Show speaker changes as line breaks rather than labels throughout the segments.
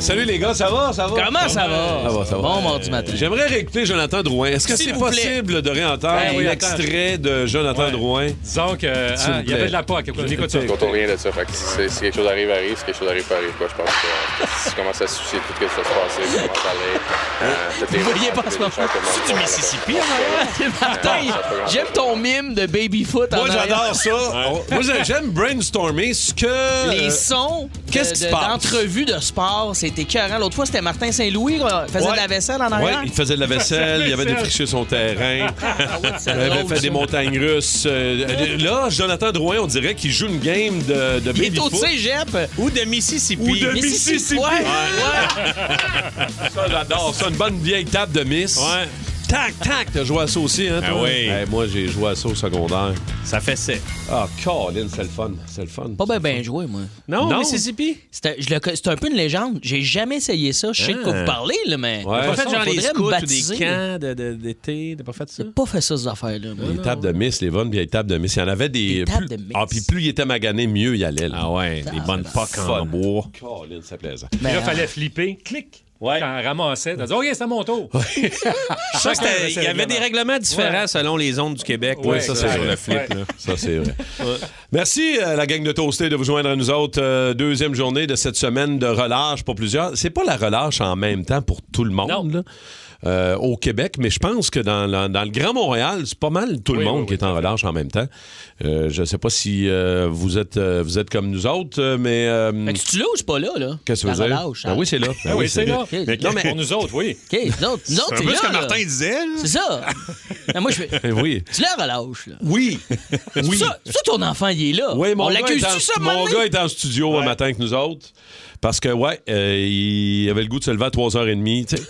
salut les gars, ça va? Ça va?
Comment ça va?
Ça va, ça va.
Bon mardi matin.
J'aimerais réécouter Jonathan Drouin. Est-ce que
S'il
c'est
vous plaît.
possible de réentendre
Ben oui,
l'extrait de Jonathan
Ouais.
Drouin?
Disons que, hein,
S'il vous
il y avait
plaît.
de la PAC. On écoute ça.
Quand on rien de ça. Fait que si, si quelque chose arrive, arrive. Si quelque chose arrive, pas arrive. Quoi, je pense que euh, si tu commences à soucier tout ce qui va se passer, comment ça euh, allait.
Vous voyez pas en ce moment. C'est du Mississippi, hein?
Ah,
Martin, j'aime ton mime de babyfoot en
Moi,
arrière.
j'adore ça. On- Moi, j'ai- j'aime brainstormer ce que. euh,
Les sons
qu'est-ce qui se passe?
d'entrevues de sport, c'était écœurant. L'autre fois, c'était Martin Saint-Louis qui faisait
Ouais.
de la vaisselle en
Oui,
arrière. Ah,
il faisait de la vaisselle, il y avait des friches sur son terrain, il avait
drôle,
fait
ça.
des montagnes russes. Euh, euh, Là, Jonathan Drouin, on dirait qu'il joue une game de, de
Il
baby
est au
foot.
cégep.
Ou de Mississippi.
Ou de
Mississippi.
Mississippi.
Ouais,
Ça, j'adore ça. Une bonne vieille table de Miss.
Ouais.
Tac, tac, t'as joué à ça aussi, hein,
Ah
toi?
oui.
Eh, moi, j'ai joué à ça au secondaire.
Ça fait ça.
Ah, Colin, c'est le fun. C'est le fun.
Pas bien ben joué, moi.
Non,
Non.
Mississippi?
C'était- je le co- C'est un peu une légende. J'ai jamais essayé ça. Je sais de quoi vous parlez, là, mais.
Ah. Ouais. T'as pas
fait genre
Faudrait
des
me
scouts ou
baptiser.
des camps de- de- d'été? T'as pas fait ça?
J'ai pas fait ça, ces affaires-là. moi.
Les tables de Miss, les bonnes vieilles tables de Miss. Il y en avait des.
Des tables
plus-
de Miss.
Ah, puis plus il était magané, mieux il allait. Là.
Ah ouais, des bonnes pocs en bois.
Colin, c'est plaisant.
Puis là,
Ben,
fallait flipper. Clic.
Ouais.
Quand on ramassait, on disait, OK, c'est à mon tour.
Je sens que c'était- il y avait des règlements différents
Ouais.
selon les zones du Québec.
Oui,
là,
ça,
sur
c'est vrai.
le flip.
Ouais.
là.
Ça, c'est vrai. Merci, euh, la gang de Toasté, de vous joindre à nous autres. Euh, deuxième journée de cette semaine de relâche pour plusieurs. C'est pas la relâche en même temps pour tout le monde
Non.
là, euh, au Québec, mais je pense que dans, la- dans le Grand Montréal, c'est pas mal tout le
Oui,
monde
oui,
qui est en relâche en même temps. Euh, je sais pas si euh, vous, êtes, euh, vous êtes comme nous autres, euh, mais... euh,
Fait que tu là ou c'est pas là, là?
Qu'est-ce que
La
tu veux dire?
relâche, hein?
Ah oui, c'est là. Ah
Ah oui, c'est là.
Mais-
Non, mais pour nous autres, oui.
OK, non, non,
C'est
t'es
un peu
là,
ce que
là.
Martin disait. là.
C'est ça. Mais moi, je fais.
Eh Oui.
Tu la relâches, là.
Oui.
Oui. Ça, ça, ton enfant, il est là.
Oui, mon,
On
gars est,
l'accuse-tu,
en,
ça,
mon
maintenant?
gars est en studio un matin avec nous autres. Parce que, ouais, euh, il avait le goût de se lever à 3h30. tu sais.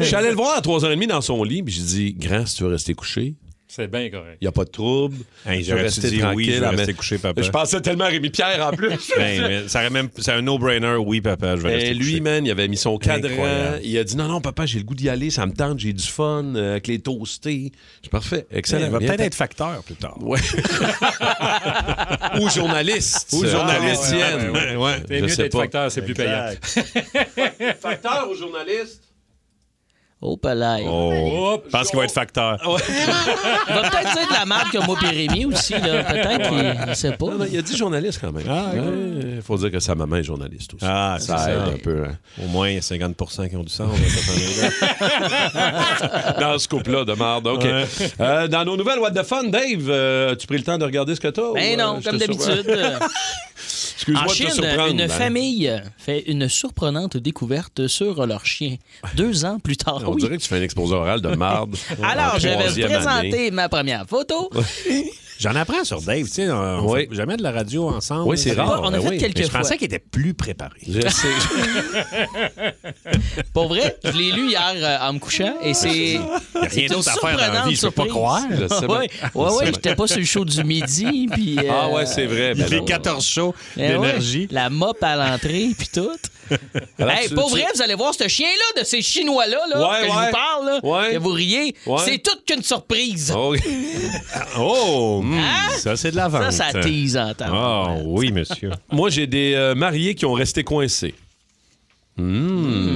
Je suis allé le voir à 3h30 dans son lit, puis j'ai dit Grand, si tu veux rester couché,
C'est bien correct.
il n'y a pas de trouble.
Hey,
Je vais
j'aurais-tu
rester
dit oui,
tranquille,
je vais
ah, mais-
rester couché, papa.
Je pensais tellement à Rémi Pierre en plus.
Ben, mais ça aurait même- C'est un no-brainer. Oui, papa, je vais
Et
rester
lui,
couché.
man, il avait mis son cadran.
Incroyable.
Il a dit Non, non, papa, j'ai le goût d'y aller, ça me tente, j'ai du fun euh, avec les toastés. C'est parfait, excellent.
Il va
Bien
peut-être
fait.
être facteur plus tard.
Ouais. Ou journaliste. Ah,
Ou
journalistienne.
journalistienne. Ouais, ouais.
C'est
Je
mieux
sais
d'être
pas.
facteur, c'est plus payant.
Facteur ou journaliste
Oh, palais.
Oh. Je pense qu'il va être facteur.
Il va peut-être dire de la merde que moi, puis Rémi aussi, là. Peut-être qu'il ne sait pas.
Non, non, il a dit journaliste quand même.
Ah, ok.
Ouais, faut dire que sa maman est journaliste aussi.
Ah,
ça,
c'est
aide
ça.
un peu. hein.
Au moins, il y a 50 qui ont du sang. dans cette famille-là.
Dans ce couple-là de marde. OK.
Ouais.
Euh, dans nos nouvelles What the Fun, Dave, euh, as-tu pris le temps de regarder ce que t'as? ou,
Ben
euh,
non,
je te
comme
surprends?
d'habitude.
Excuse-moi
En
de te
Chine,
surprendre.
une
hein.
famille euh, fait une surprenante découverte sur leur chien. Deux ans plus tard.
On
oui.
dirait que tu fais un exposé oral de marde.
Alors,
En
je vais vous
troisième
présenter
année.
ma première photo.
J'en apprends sur Dave. Tu sais, on
Oui.
fait jamais de la radio ensemble.
Oui, c'est
Là,
rare.
Ah on a
ben
fait
oui.
quelques
Mais je
fois.
pensais qu'il était plus préparé.
Je sais.
Pour vrai, je l'ai lu hier euh, en me couchant et c'est.
Ben, Il n'y a rien
C'est une
d'autre à faire dans la vie. Je peux pas
surprenante
croire.
surprise.
Je sais bien.
Ouais, ouais, ouais, j'étais pas sur le show du midi, puis. euh,
Ah ouais, c'est vrai. ben
Il fait
non.
14 shows
eh ouais,
d'énergie.
la mop à l'entrée, puis tout.
Alors,
Hey,
tu-
pour
tu-
vrai, vous allez voir ce chien-là, de ces Chinois-là, là,
Ouais,
que je
ouais.
vous parle, là,
Ouais.
que vous riez.
Ouais.
C'est toute qu'une surprise.
Oh,
Oh! hmm, Ça, c'est de la
Hein? ça,
vente.
ça tease en temps.
Oh, oui, monsieur.
Moi, j'ai des euh, mariés qui ont resté coincés. Hmm.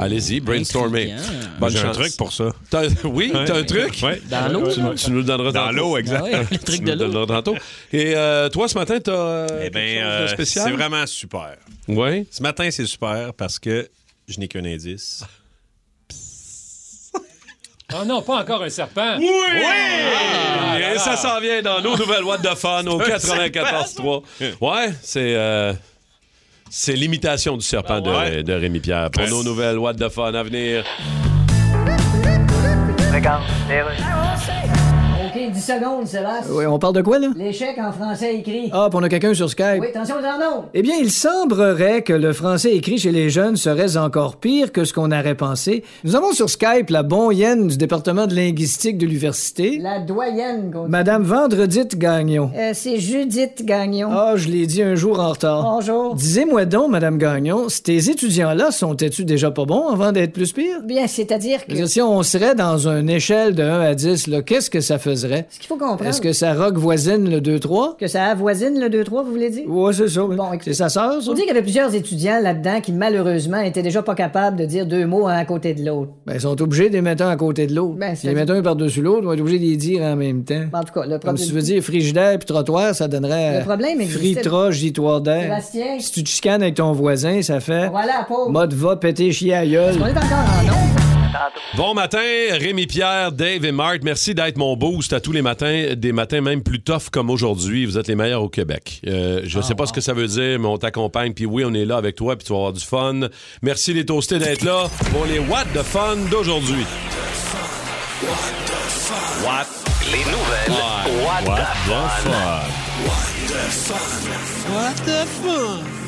Allez-y, brainstormez.
Intriguant.
Bonne
J'ai un
chance.
truc pour ça.
T'as- Oui, t'as un truc?
Ouais.
Dans l'eau,
Tu, tu nous le donneras
Dans
tantôt.
l'eau, exact.
Ah ouais, le
Tu
truc
nous
de
le
l'eau.
donneras tantôt. Et euh, toi, ce matin, t'as euh,
Eh
quelque
bien,
chose
euh,
de spécial?
c'est vraiment super.
Oui.
Ce matin, c'est super parce que je n'ai qu'un indice.
Oh non, pas encore un serpent. Ah.
Et ça s'en vient dans nos nouvelles What de Fun au 94.3. Ouais, c'est... euh, C'est l'imitation du serpent de- de,
ouais.
Rémi Pierre pour
Ouais.
nos nouvelles What de Fun à venir.
Regarde, les rues.
Ah, OK, 10 secondes, Sébastien.
Ouais, on parle de quoi, là?
L'échec en français écrit.
Ah, puis on a quelqu'un sur Skype.
Oui, attention aux annonces.
Eh bien, il semblerait que le français écrit chez les jeunes serait encore pire que ce qu'on aurait pensé. Nous avons sur Skype la bonne du département de linguistique de l'université,
La doyenne, qu'on dit.
Madame Vendredite Gagnon.
Euh, c'est Judith Gagnon.
Ah, je l'ai dit un jour en retard.
Bonjour.
Disez-moi donc, Madame Gagnon, ces étudiants-là sont-ils déjà pas bons avant d'être plus pires?
Bien, c'est-à-dire
Je
que
veux dire, Si on serait dans une échelle de 1 à 10, là, qu'est-ce que ça ferait?
ce qu'il faut comprendre,
Est-ce
que...
que ça rock voisine le 2-3?
ça avoisine le 2-3, vous voulez dire?
Ouais, c'est ça. oui.
Bon, écoutez.
c'est sa sœur, ça?
On dit qu'il y avait plusieurs étudiants là-dedans qui, malheureusement, étaient déjà pas capables de dire deux mots un à côté de l'autre.
Ben, ils sont obligés de les mettre un à côté de l'autre.
Ben, c'est-
Ils les mettent un par-dessus l'autre, on va être obligé de les dire en même temps.
En tout cas, le problème...
Comme si tu veux dire frigidaire puis trottoir, ça donnerait.
Le problème existait.
Fritra, gitoire d'air.
Sébastien,
hein? Si tu te chicanes avec ton voisin, ça fait.
voilà, pauvre.
Mode va péter chier à gueule.
On est encore en nombre.
Bon matin, Rémi Pierre, Dave et Marc. Merci d'être mon boost à tous les matins, des matins même plus tough comme aujourd'hui. Vous êtes les meilleurs au Québec. Euh, je sais pas ce que ça veut dire, mais on t'accompagne. Puis oui, on est là avec toi, puis tu vas avoir du fun. Merci les toastés d'être là pour les What the Fun d'aujourd'hui. What
Les nouvelles. What, the fun.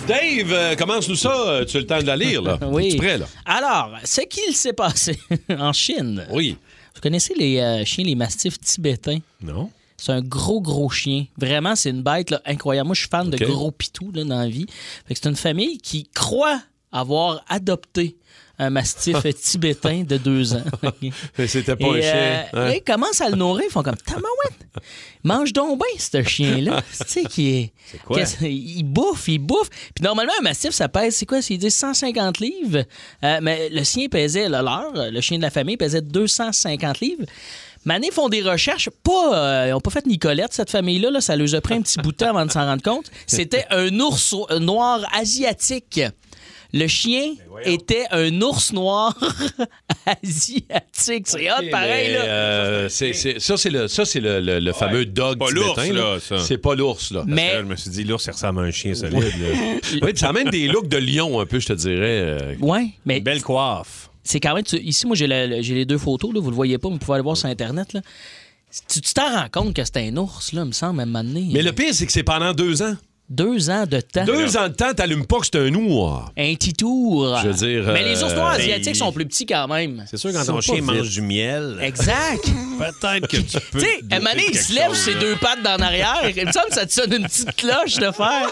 Dave, euh, commence-nous ça. Euh, Tu as le temps de la lire, là.
Oui.
Es-tu prêt, là?
Alors, ce qu'il s'est passé en Chine.
Oui.
Vous connaissez les euh, chiens, les mastifs tibétains?
Non?
C'est un gros, gros chien. Vraiment, c'est une bête là, incroyable. Moi, je suis fan
Ok.
de gros pitous là, dans la vie. Fait que c'est une famille qui croit avoir adopté un mastif tibétain de deux ans.
Mais C'était pas
Et,
un chien.
euh,
hein?
là, ils commencent à le nourrir. Ils font comme Tamawet, mange donc bien ce chien-là. tu sais, qui est.
quoi?
qu'est-ce- Il bouffe, il bouffe. Puis normalement, un massif, ça pèse, c'est quoi? S'il dit 150 livres, euh, mais le sien pesait, le leur, le chien de la famille pesait 250 livres. Mané font des recherches, pas, euh, ils n'ont pas fait Nicolette, cette famille-là, là, ça leur a pris un petit bout de temps avant de s'en rendre compte. C'était un ours euh, noir asiatique. Le chien était un ours noir asiatique. C'est hot, pareil,
Mais,
là.
euh, c'est- c'est- ça, c'est le, ça, c'est le, le- le fameux dog
pas l'ours,
tibétain.
là, ça.
C'est pas l'ours, là.
Mais-
Là, je me suis dit, l'ours, il ressemble à un chien solide. là.
Oui, ça amène des looks de lion, un peu, je te dirais. euh,
Ouais, mais
Belle coiffe.
c'est quand même. tu- ici, moi, j'ai le- le- j'ai les deux photos, là, vous le voyez pas, mais vous pouvez aller voir sur Internet. Là. Tu tu t'en rends compte que c'est un ours, là, me semble, à un moment donné.
Mais le pire, c'est que c'est pendant deux ans.
Deux ans de temps.
Deux ans de temps, t'allumes pas que c'est un ours.
Un petit tour.
Je veux dire,
Mais les ours noirs
euh,
asiatiques
mais-
sont plus petits quand même.
C'est sûr, quand
Ils sont
ton
pas
chien
vite.
mange du miel,
Exact.
peut-être que tu peux.
tu sais, à un moment donné, il se lève ses deux pattes dans l'arrière. Il me semble que ça te sonne une petite cloche de faire.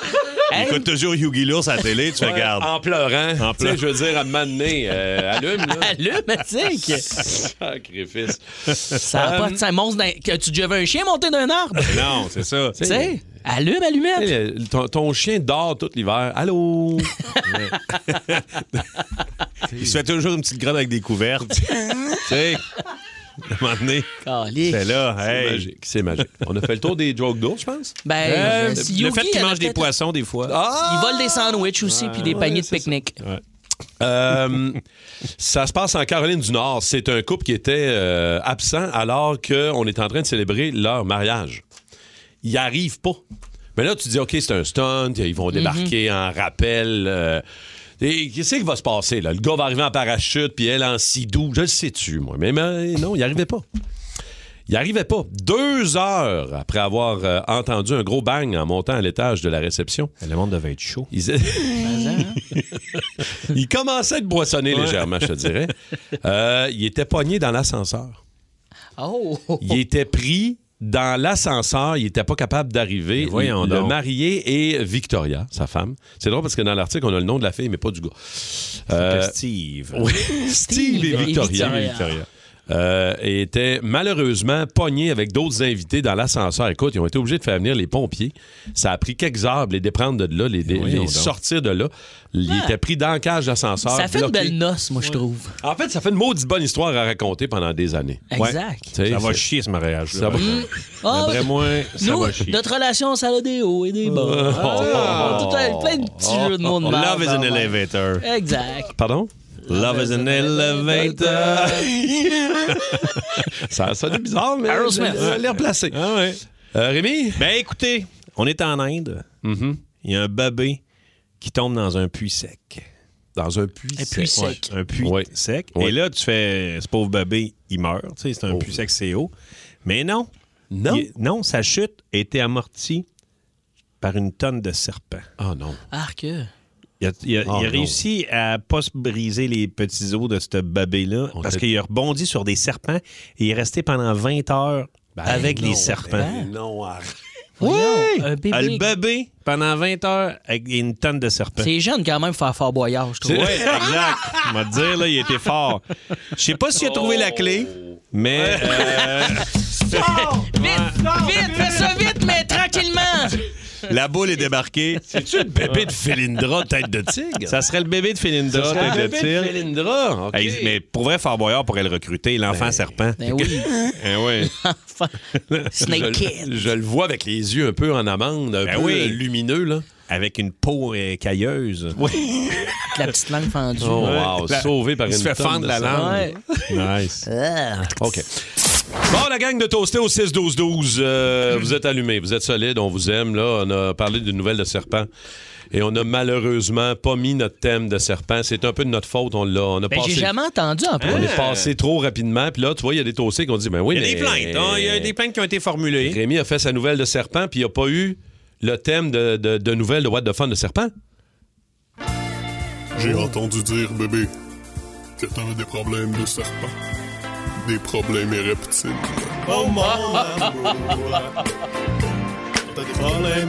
Hey,
Écoute toujours Yugi l'ours à la télé, tu regardes.
En pleurant.
En
Tu sais,
pleurant.
Je veux dire, à m'amener, euh, allume, là.
allume, tu sais, que
Sacrifice.
Ça a
Euh,
pas de sens. Monstre d'un- que tu déjà vu un chien monter d'un arbre?
Non, c'est ça.
Tu sais, allume, allumette.
Hey, le- Ton, ton chien dort tout l'hiver. Allô?
Il se fait toujours une petite grotte avec des couvertes. tu sais, à un moment donné,
Calique.
c'est là,
C'est
hey.
magique. C'est magique. On a fait le tour des jokes d'ours, je pense. Ah!
Ben,
Euh,
euh, si
le
Yogi
fait qu'il
avait
mange des
peut-être-
poissons, des fois.
Il vole des sandwichs aussi, puis des paniers de pique-nique.
Euh, ça se passe en Caroline du Nord. C'est un couple qui était euh, absent alors qu'on est en train de célébrer leur mariage. Ils arrivent pas. Mais là, tu dis, OK, c'est un stunt, ils vont débarquer en rappel. euh, et qu'est-ce qui va se passer? Là? Le gars va arriver en parachute, puis elle en sidou. Je le sais-tu, moi. Mais, mais non, il arrivait pas. Il arrivait pas. Deux heures après avoir euh, entendu un gros bang en montant à l'étage de la réception,
Le monde devait être chaud.
ils... il commençait de boissonner légèrement, je te dirais. Euh, il était pogné dans l'ascenseur.
Oh!
Il était pris dans l'ascenseur. Il n'était pas capable d'arriver.
Mais voyons
Le
donc.
marié et Victoria, sa femme. C'est drôle parce que dans l'article, on a le nom de la fille, mais pas du gars. Euh,
Steve.
oui, Steve et
et
Victoria.
Victoria.
Euh, étaient malheureusement pognés avec d'autres invités dans l'ascenseur. Écoute, ils ont été obligés de faire venir les pompiers. Ça a pris quelques heures de les déprendre de là, les, les-
voyons
les
donc.
sortir de là. Ils étaient pris dans le cage d'ascenseur.
Ah. Ça fait une
bloqués.
belle noce, moi, je trouve.
En fait, ça fait une maudite bonne histoire à raconter pendant des années.
Exact.
Tu sais,
Ça va
c'est-
chier, ce mariage.
ça va-
Ah,
Après moi, ça
nous,
va chier.
notre relation, ça a des hauts et des bas. Ah, tout un- plein de petits jeux de mots de merde.
Oh. Love is an elevator.
Exact.
Pardon?
Love is an elevator.
Ça a sonné bizarre, mais
Aerosmith.
je vais les replacer.
Ah ouais.
Euh, Rémi? Mm-hmm.
Ben écoutez, on est en Inde. Il y a un bébé qui tombe dans un puits sec.
Dans un puits
Un puits sec.
Un puits
Ouais.
sec.
Ouais.
Et là, tu fais, ce pauvre bébé, il meurt. tu sais, C'est un
Oh.
puits sec, c'est haut. Mais non.
Non.
non, sa chute a été amortie par une tonne de serpents.
Ah non.
Arc.
Il a, il a-
Ah,
il a
non.
réussi à pas se briser les petits os de ce babé-là parce qu'il a rebondi sur des serpents et il est resté pendant 20 heures avec
Ben, non,
les serpents.
ben non, arrête.
Oui!
Un bébé.
Le bébé, pendant 20 heures, avec une tonne de serpents.
C'est jeune quand même faire fort boyard, je
Oui,
trouve.
exact. On va te dire, là, il était fort. Je sais pas s'il a trouvé la clé, mais... euh,
Ah!
Oh, Vite, vite, fais ça vite, mais tranquillement.
La boule est débarquée. C'est-tu le bébé de Félindra, tête de tigre? Ça serait le bébé de
Ça
Félindra,
serait le
tête de
bébé de
tigre.
Félindra, ok.
Hey, mais pour vrai, Fort Boyard pourrait le recruter, l'enfant serpent.
Ben oui.
Eh oui.
Snake
je,
Kid.
Je le vois avec les yeux un peu en amande, un
Ben
peu
oui.
lumineux, là.
Avec une peau euh, cailleuse. Oui.
La petite langue fendue.
Oh, wow,
La-
sauvé par
il
une
se fait
tonne
fendre
de Ah.
la
serpents.
Ouais.
Nice.
OK. Bon, la gang de Toasté au 6-12-12,
Mm.
euh, vous êtes allumés, vous êtes solides, on vous aime. Là, on a parlé d'une nouvelle de serpent. Et on a malheureusement pas mis notre thème de serpent. C'est un peu de notre faute. On l'a. On a
Ben,
passé.
j'ai jamais entendu en plus.
On est passé trop rapidement. Puis là, tu vois, il y a des toastés qui ont dit ben oui,
Il y a des
mais-
plaintes, hein, il y a des plaintes qui ont été formulées.
Rémi a fait sa nouvelle de serpent, puis il n'a pas eu le thème de, de, de nouvelle de What the Fun de serpent.
J'ai entendu dire, bébé, que t'avais des problèmes de serpent. Des problèmes et reptiles.
Oh mon amour, t'as des problèmes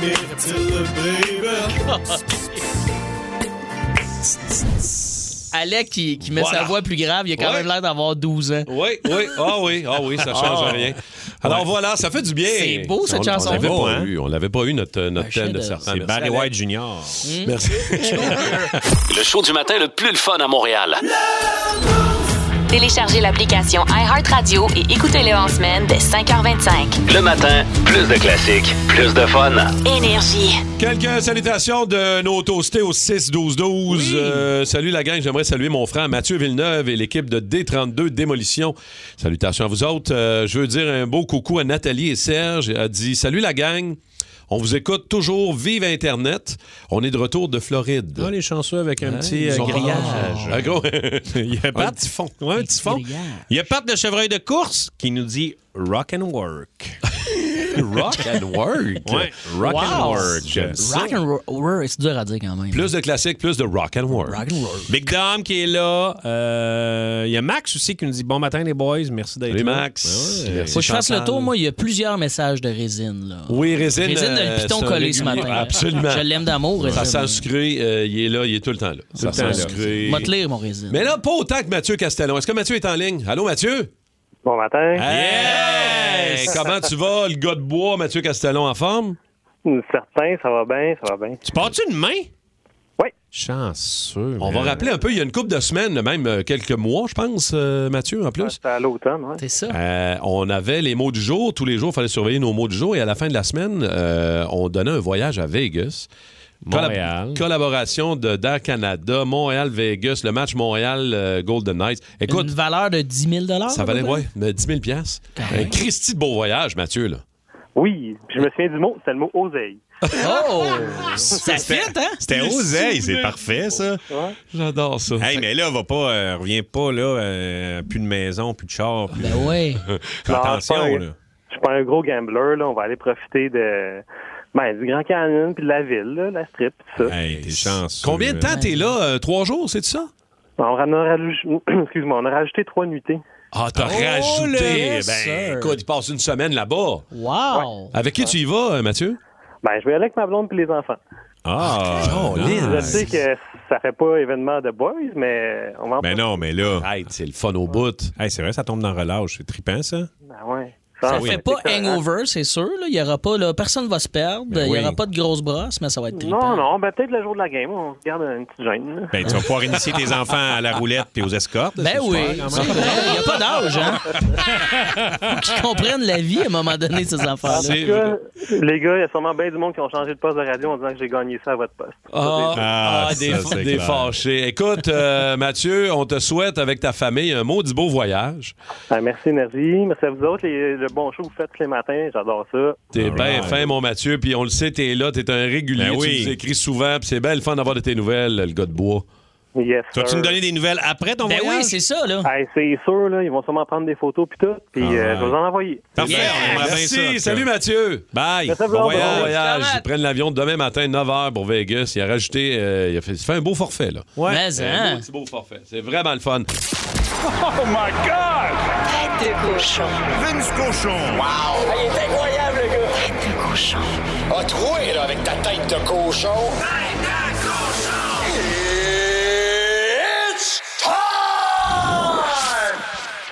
Alec qui, qui met
Voilà.
sa voix plus grave, il a quand
Ouais.
même l'air d'avoir 12 ans.
Oui, oui, ah oui, ah oui, ça change
Ah.
rien. Alors voilà, ça fait du bien.
C'est beau, cette
On-
chanson.
On l'avait
Beau,
pas
hein?
eu, on l'avait pas eu notre, euh, notre
Un Ah,
thème de
chef-d'œuvre.
serpent.
C'est
Merci,
Barry
ben,
Alex.
White Jr.
Hmm.
Merci.
Le show du matin le plus le fun à Montréal.
Téléchargez l'application iHeartRadio et écoutez-le en semaine dès 5h25.
Le matin, plus de classiques, plus de fun.
Énergie.
Quelques salutations de nos toastés au 6-12-12. Euh, salut la gang, j'aimerais saluer mon frère Mathieu Villeneuve et l'équipe de D32 Démolition. Salutations à vous autres. Euh, je veux dire un beau coucou à Nathalie et Serge. Elle dit Salut la gang, on vous écoute toujours, vive Internet. On est de retour de Floride.
Ah, les chanceux avec un
Hein,
petit
ils
euh,
ont-
grillage.
Ah, gros.
Il y a
Un
Pat,
typhon.
Ouais, un typhon.
grillage.
Il y a Pat de Chevreuil de course qui nous dit rock and work.
rock and work.
Ouais, rock and
Wow.
work. J'aime ça.
Rock and roll, c'est dur à dire quand même.
Plus de classiques, plus de rock and work.
Rock and roll.
Big Dom qui est là. Euh, Il y a Max aussi qui nous dit bon matin les boys, merci d'être
Salut,
là.
Max.
Ouais, ouais.
Merci,
Faut que je fasse le
Chantal.
tour. Moi, il y a plusieurs messages de résine. Là.
Oui, résine.
Résine,
euh,
le piton
c'est un
collé ce
régulier.
matin.
Absolument.
Je l'aime d'amour,
Ça
résine.
sent le sucré, euh, il est là, il est tout le temps là. ça
le temps
sent
là.
le sucré.
Moi, te lire, mon résine.
Mais là, pas autant que Mathieu Castellon. Est-ce que Mathieu est en ligne? Allô, Mathieu?
Bon matin.
Hey! Comment tu vas, le gars de bois, Mathieu Castellon, en forme?
Certain, ça va bien, ça va bien.
Tu pars-tu demain?
Oui.
Chanceux.
On va
man.
rappeler un peu, il y a une couple de semaines, même euh, quelques mois, je pense, euh, Mathieu, en plus.
C'était à l'automne, oui.
C'est ça.
Euh, on avait les mots du jour. Tous les jours, il fallait surveiller nos mots du jour. Et à la fin de la semaine, euh, on donnait un voyage à Vegas. Colla-
Montréal.
collaboration de d'Air Canada, Montréal-Vegas, le match Montréal-Golden Knights. Écoute,
Une valeur de 10 000
ça valait,
à peu près?
ouais, mais 10 000 piastres. Un
Correct.
Christy de beau voyage, Mathieu, là.
Oui, puis je me souviens du mot, c'était le mot oseille.
Oh! ça fait, hein?
C'était
Les
oseille, c'est
souvenirs.
parfait ça.
J'adore ça.
Hey, mais là, va pas, euh, reviens pas, là, euh, plus de maison, plus de char. Plus...
Ben ouais.
Non, je
Attention,
suis pas un-
là.
Je suis pas un gros gambler, là. On va aller profiter de, ben, du Grand Canyon puis de la ville, là, la strip, tout ça.
Hey, t'es chanceux.
Combien de temps t'es là? Euh, trois jours, c'est ça?
Ben, On en a rajouté, excuse-moi, on a rajouté trois nuitées.
Ah, t'as
Oh, le
rajouté.
yes,
Ben,
sir.
écoute, il passe une semaine là-bas.
Ah!
Wow!
Avec qui tu y vas, euh, Mathieu?
Ben, je vais aller avec ma blonde puis les enfants.
Ah,
Oh,
nice.
Lynn.
Je sais que ça fait pas événement de boys, mais on va en
Ah,
Ben non, mais là.
Hey, c'est le fun au bout.
Hey, c'est vrai, ça tombe dans le relâche. C'est trippant, ça.
Ben ouais.
Ça
Ah,
fait
c'est
pas
excellent.
hangover, c'est sûr. Là. Il y aura pas, là, personne va se perdre.
Ben
Il n'y
oui.
aura pas de grosse brosse, mais ça va être
Non,
trippant.
non, ben peut-être le jour de la game, on se garde une petite gêne. là.
Ben, tu vas pouvoir initier tes enfants à la roulette puis aux escortes.
Ben
c'est
oui,
super, quand
c'est
même.
vrai, il n'y a pas d'âge, hein? Faut qu'ils comprennent la vie à un moment donné, ces enfants-là.
C'est-
En tout cas, Ah, les gars, il y a sûrement bien du monde qui ont changé de poste de radio en disant que j'ai gagné ça à votre poste.
Ah,
Ah,
ah, des,
ça, c'est
des
clair.
fâchés. Écoute, euh, Mathieu, on te souhaite avec ta famille un maudit beau voyage.
Ah, merci, Énergie. Merci à vous autres. les- le bon show que vous faites tous les matins, j'adore ça.
T'es
All
bien
right.
fin, mon Mathieu. Puis on le sait, t'es là, t'es un régulier.
Ben oui.
Tu nous écris souvent. Puis c'est bien le fun d'avoir de tes nouvelles, le gars de bois.
Yes,
Tu vas-tu
sir.
nous donner des nouvelles après ton voyage?
Ben ça, là.
c'est sûr, là. Ils vont sûrement prendre des photos, puis tout.
Ah,
Puis euh, je vais vous en envoyer.
Parfait, on aimerait bien ça, en tout cas. Salut Mathieu. Bye.
Merci à
Bon
vous,
voyage.
bon
voyage. Ils prennent l'avion demain matin, 9h pour Vegas. Il a rajouté. euh, il a fait, il fait un beau forfait, là.
Ouais.
Euh, un beau petit beau forfait. C'est vraiment le fun.
Oh my God! Tête de cochon. Vince cochon. Wow! il est incroyable, le gars! Tête de cochon. A troué, là, avec ta tête de cochon. Tête de cochon! It's time!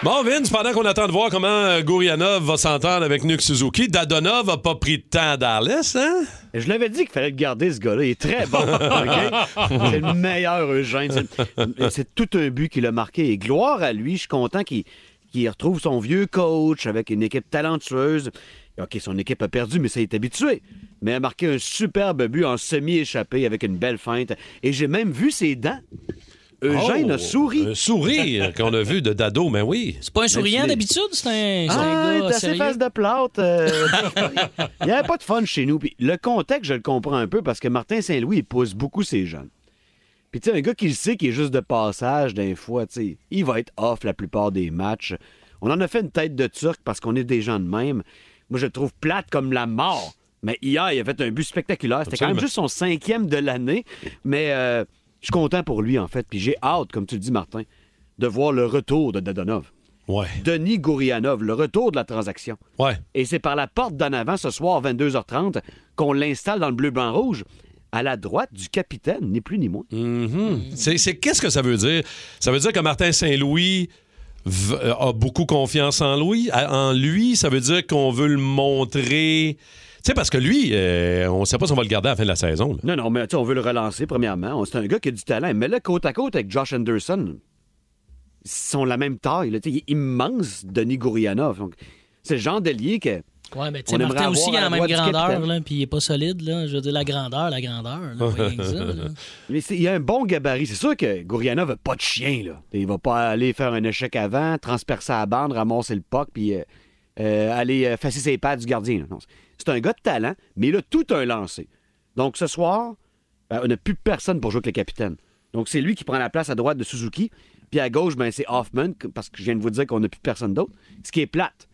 Bon, Vince, pendant qu'on attend de voir comment euh, Gourianov va s'entendre avec Nuke Suzuki, Dadonov n'a pas pris de temps d'Arles, hein?
Je l'avais dit qu'il fallait le garder, ce gars-là. Il est très bon. OK? C'est le meilleur Eugène. C'est- C'est tout un but qu'il a marqué. Et gloire à lui, je suis content qu'il qu'il retrouve son vieux coach avec une équipe talentueuse. OK, son équipe a perdu, mais ça il est habitué. Mais il a marqué un superbe but en semi-échappé avec une belle feinte. Et j'ai même vu ses dents. Eugène
Oh,
a souri.
Un sourire qu'on a vu de Dado, mais oui. C'est
Pas un souriant d'habitude, c'est un, c'est un
Ah,
gars
t'as ses
sérieux.
faces de plâtre. euh, il n'y avait pas de fun chez nous. Puis le contexte, je le comprends un peu parce que Martin Saint-Louis, il pousse beaucoup ses jeunes. Puis tu sais, un gars qui le sait, qui est juste de passage d'un fois, tu sais, il va être off la plupart des matchs. On en a fait une tête de turc parce qu'on est des gens de même. Moi, je le trouve plate comme la mort. Mais hier, il a fait un but spectaculaire. C'était quand même
Absolument.
juste son cinquième de l'année. Mais euh, je suis content pour lui, en fait. Puis j'ai hâte, comme tu le dis, Martin, de voir le retour de Dadonov.
Ouais.
Denis Gourianov, le retour de la transaction.
Ouais.
Et c'est par la porte d'en avant ce soir, 22h30, qu'on l'installe dans le bleu-blanc-rouge, à la droite du capitaine, ni plus ni moins.
Mhm. C'est c'est- qu'est-ce que ça veut dire? Ça veut dire que Martin Saint-Louis v- euh, a beaucoup confiance en lui, à- en lui. Ça veut dire qu'on veut le montrer. Tu sais, parce que lui, euh, on ne sait pas si on va le garder à la fin de la saison. là.
Non, non, mais tu sais, on veut le relancer, premièrement. On- C'est un gars qui a du talent. Mais là, côte à côte avec Josh Anderson, ils sont la même taille. là. Tu sais, Il est immense, Denis Gourianov. Donc, C'est le genre d'ailier que.
Ouais, mais tu
On
sais,
aimerait
Martin aussi,
avoir
il a
à
la même
droite du
grandeur,
capitaine.
là, puis il est pas solide, là. Je veux dire, la grandeur, la grandeur, là, rien que ça, là.
Mais c'est- il a un bon gabarit. C'est sûr que Gourianov n'a pas de chien. Là. Il va pas aller faire un échec avant, transpercer la bande, ramasser le puck, puis euh, euh, aller euh, fesser ses pattes du gardien. là. Non, c'est- c'est un gars de talent, mais il a tout un lancé. Donc ce soir, ben, on n'a plus personne pour jouer avec le capitaine. Donc c'est lui qui prend la place à droite de Suzuki, puis à gauche, ben, c'est Hoffman, que- parce que je viens de vous dire qu'on n'a plus personne d'autre. Ce qui est plate,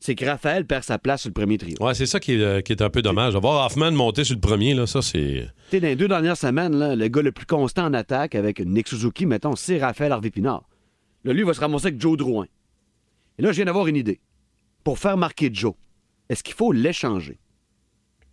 c'est que Raphaël perd sa place sur le premier trio.
Ouais, c'est ça qui est, euh, qui est un peu dommage. De Voir Hoffman monter sur le premier, là, ça, c'est.
Tu sais, dans les deux dernières semaines, là, le gars le plus constant en attaque avec Nick Suzuki, mettons, c'est Raphaël Harvey Pinard. Là, lui, il va se ramasser avec Joe Drouin. Et là, je viens d'avoir une idée. Pour faire marquer Joe, est-ce qu'il faut l'échanger?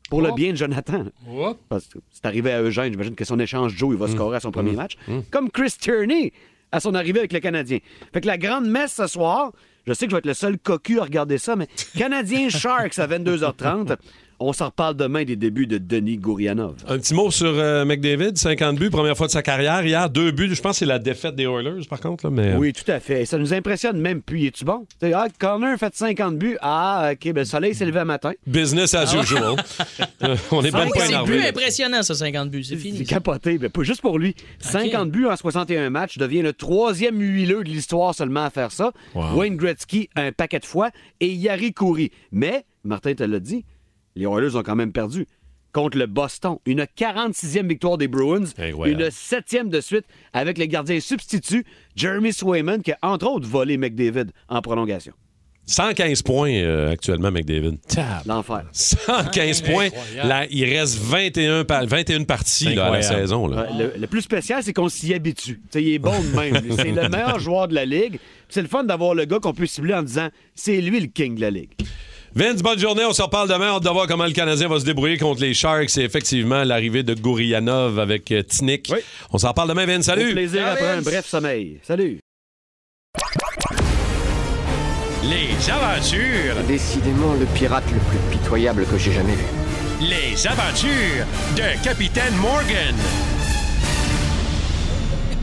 Pour le
Oh.
bien de Jonathan. là.
Hop.
Parce que c'est arrivé à Eugène, j'imagine que si on échange Joe, il va scorer à son premier match. Comme Chris Tierney à son arrivée avec le Canadien. Fait que la grande messe ce soir, je sais que je vais être le seul cocu à regarder ça, mais Canadien Sharks à 22h30. On s'en reparle demain des débuts de Denis Gourianov.
Un petit mot sur euh, McDavid, 50 buts, première fois de sa carrière. Hier, deux buts. Je pense que c'est la défaite des Oilers, par contre. là, mais... euh,
Oui, tout à fait. Et ça nous impressionne même plus. Es-tu bon? T'sais, Ah, Connor a fait 50 buts. Ah, OK, ben, le soleil s'est levé un matin.
Business as
Ah ouais.
usual. Euh, on est
Ah
pas
oui,
pas
c'est
énervé.
Plus impressionnant, ça, 50 buts, c'est fini.
C'est capoté. Ben, pas juste pour lui. 50 buts en 61 matchs devient le troisième huileux de l'histoire seulement à faire ça.
Wow.
Wayne Gretzky, un paquet de fois, et Yari Kouri. Mais, Martin te l'a dit, les Oilers ont quand même perdu. Contre le Boston, une 46e victoire des Bruins,
Incroyable.
une septième de suite avec le gardien substitut Jeremy Swayman qui a entre autres volé McDavid en prolongation.
115 points euh, actuellement, McDavid.
L'enfer.
115 points.
Incroyable.
Là, il reste 21, par- 21 parties là, à la
Incroyable.
saison. là.
Ouais, Le, le plus spécial, c'est qu'on s'y habitue. Tu sais, il est bon de même. lui. c'est le meilleur joueur de la Ligue. Puis C'est le fun d'avoir le gars qu'on peut cibler en disant c'est lui le king de la Ligue.
Vince, bonne journée. On se reparle demain. Hâte de voir comment le Canadien va se débrouiller contre les Sharks. C'est effectivement l'arrivée de Gourianov avec euh, Tinik. On s'en parle demain, Vince. Salut.
Au plaisir après un bref sommeil. Salut.
Les aventures,
Décidément le pirate le plus pitoyable que j'ai jamais vu.
Euh,
les aventures de Capitaine Morgan.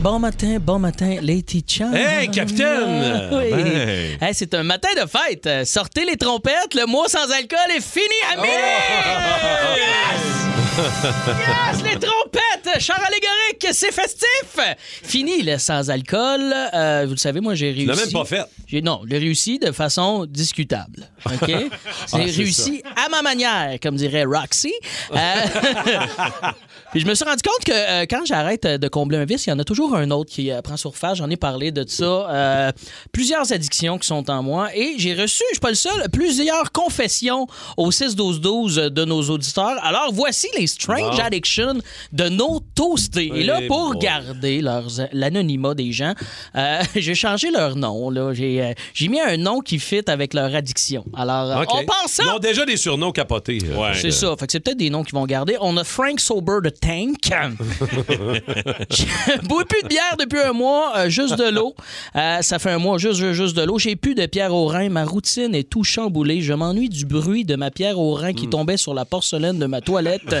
Bon matin, bon matin, Lady Chan.
Hey, capitaine!
Oui.
Ben.
Hey, c'est un matin de fête. Euh,
Oh!
Oh!
Sortez les trompettes, le mois sans alcool est fini, amis! Yes, les trompettes! Char allégorique, c'est festif! Fini le sans alcool. Euh, vous le savez, moi, j'ai réussi.
l'as même pas fait.
J'ai- non, j'ai réussi de façon discutable. OK? J'ai
Ah, c'est
réussi à ma manière, comme dirait Roxy. Euh, Puis je me suis rendu compte que euh, quand j'arrête euh, de combler un vice, il y en a toujours un autre qui euh, prend surface. J'en ai parlé de ça. Euh, plusieurs addictions qui sont en moi. Et j'ai reçu, je suis pas le seul, plusieurs confessions au 6-12-12 de nos auditeurs. Alors voici les strange
Bon.
addictions de nos toastés. Et là,
Eh
pour
boy.
garder leurs- l'anonymat des gens, euh, j'ai changé leur nom. là. J'ai euh, j'ai mis un nom qui fit avec leur addiction. Alors, euh,
OK.
on pense
Ils ont déjà des surnoms capotés. euh,
c'est
euh,
ça. Fait que c'est peut-être des noms qu'ils vont garder. On a Frank Sober de Tank. Bois plus de bière depuis un mois, euh, juste de l'eau. Euh, ça fait un mois, juste, juste, juste de l'eau. J'ai plus de pierre au rein. Ma routine est tout chamboulée. Je m'ennuie du bruit de ma pierre au rein qui tombait sur la porcelaine de ma toilette.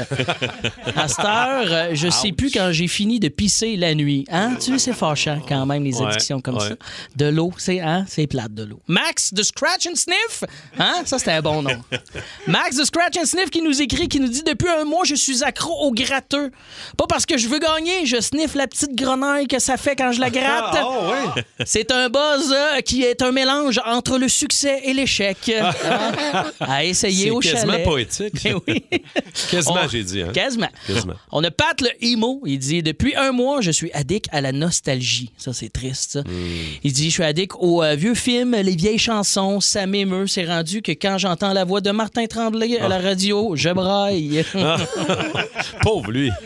à cette heure, euh, je
Ah
sais plus quand j'ai fini de pisser la nuit. Hein? Tu sais, c'est fâchant quand même, les
Ouais,
addictions comme
ouais.
ça. De l'eau, c'est hein? c'est plate de l'eau. Max de Scratch and Sniff. Hein? Ça, c'était un bon nom. Max de Scratch and Sniff qui nous écrit, qui nous dit Depuis un mois, je suis accro au gratteux. Pas parce que je veux gagner, je sniffe la petite grenaille que ça fait quand je la gratte. C'est un buzz euh, qui est un mélange entre le succès et l'échec. Hein? à essayer
C'est
au chalet.
quasiment poétique.
Ben oui.
Quasiment,
On-
j'ai dit. hein.
Quasiment.
Quasiment.
On a Pat le Imo. Il dit Depuis un mois, je suis addict à la nostalgie. Ça, c'est triste. ça. Il dit Je suis addict aux euh, vieux films, les vieilles chansons. Ça m'émeut. C'est rendu que quand j'entends la voix de Martin Tremblay à la radio, je braille.
Pauvre lui.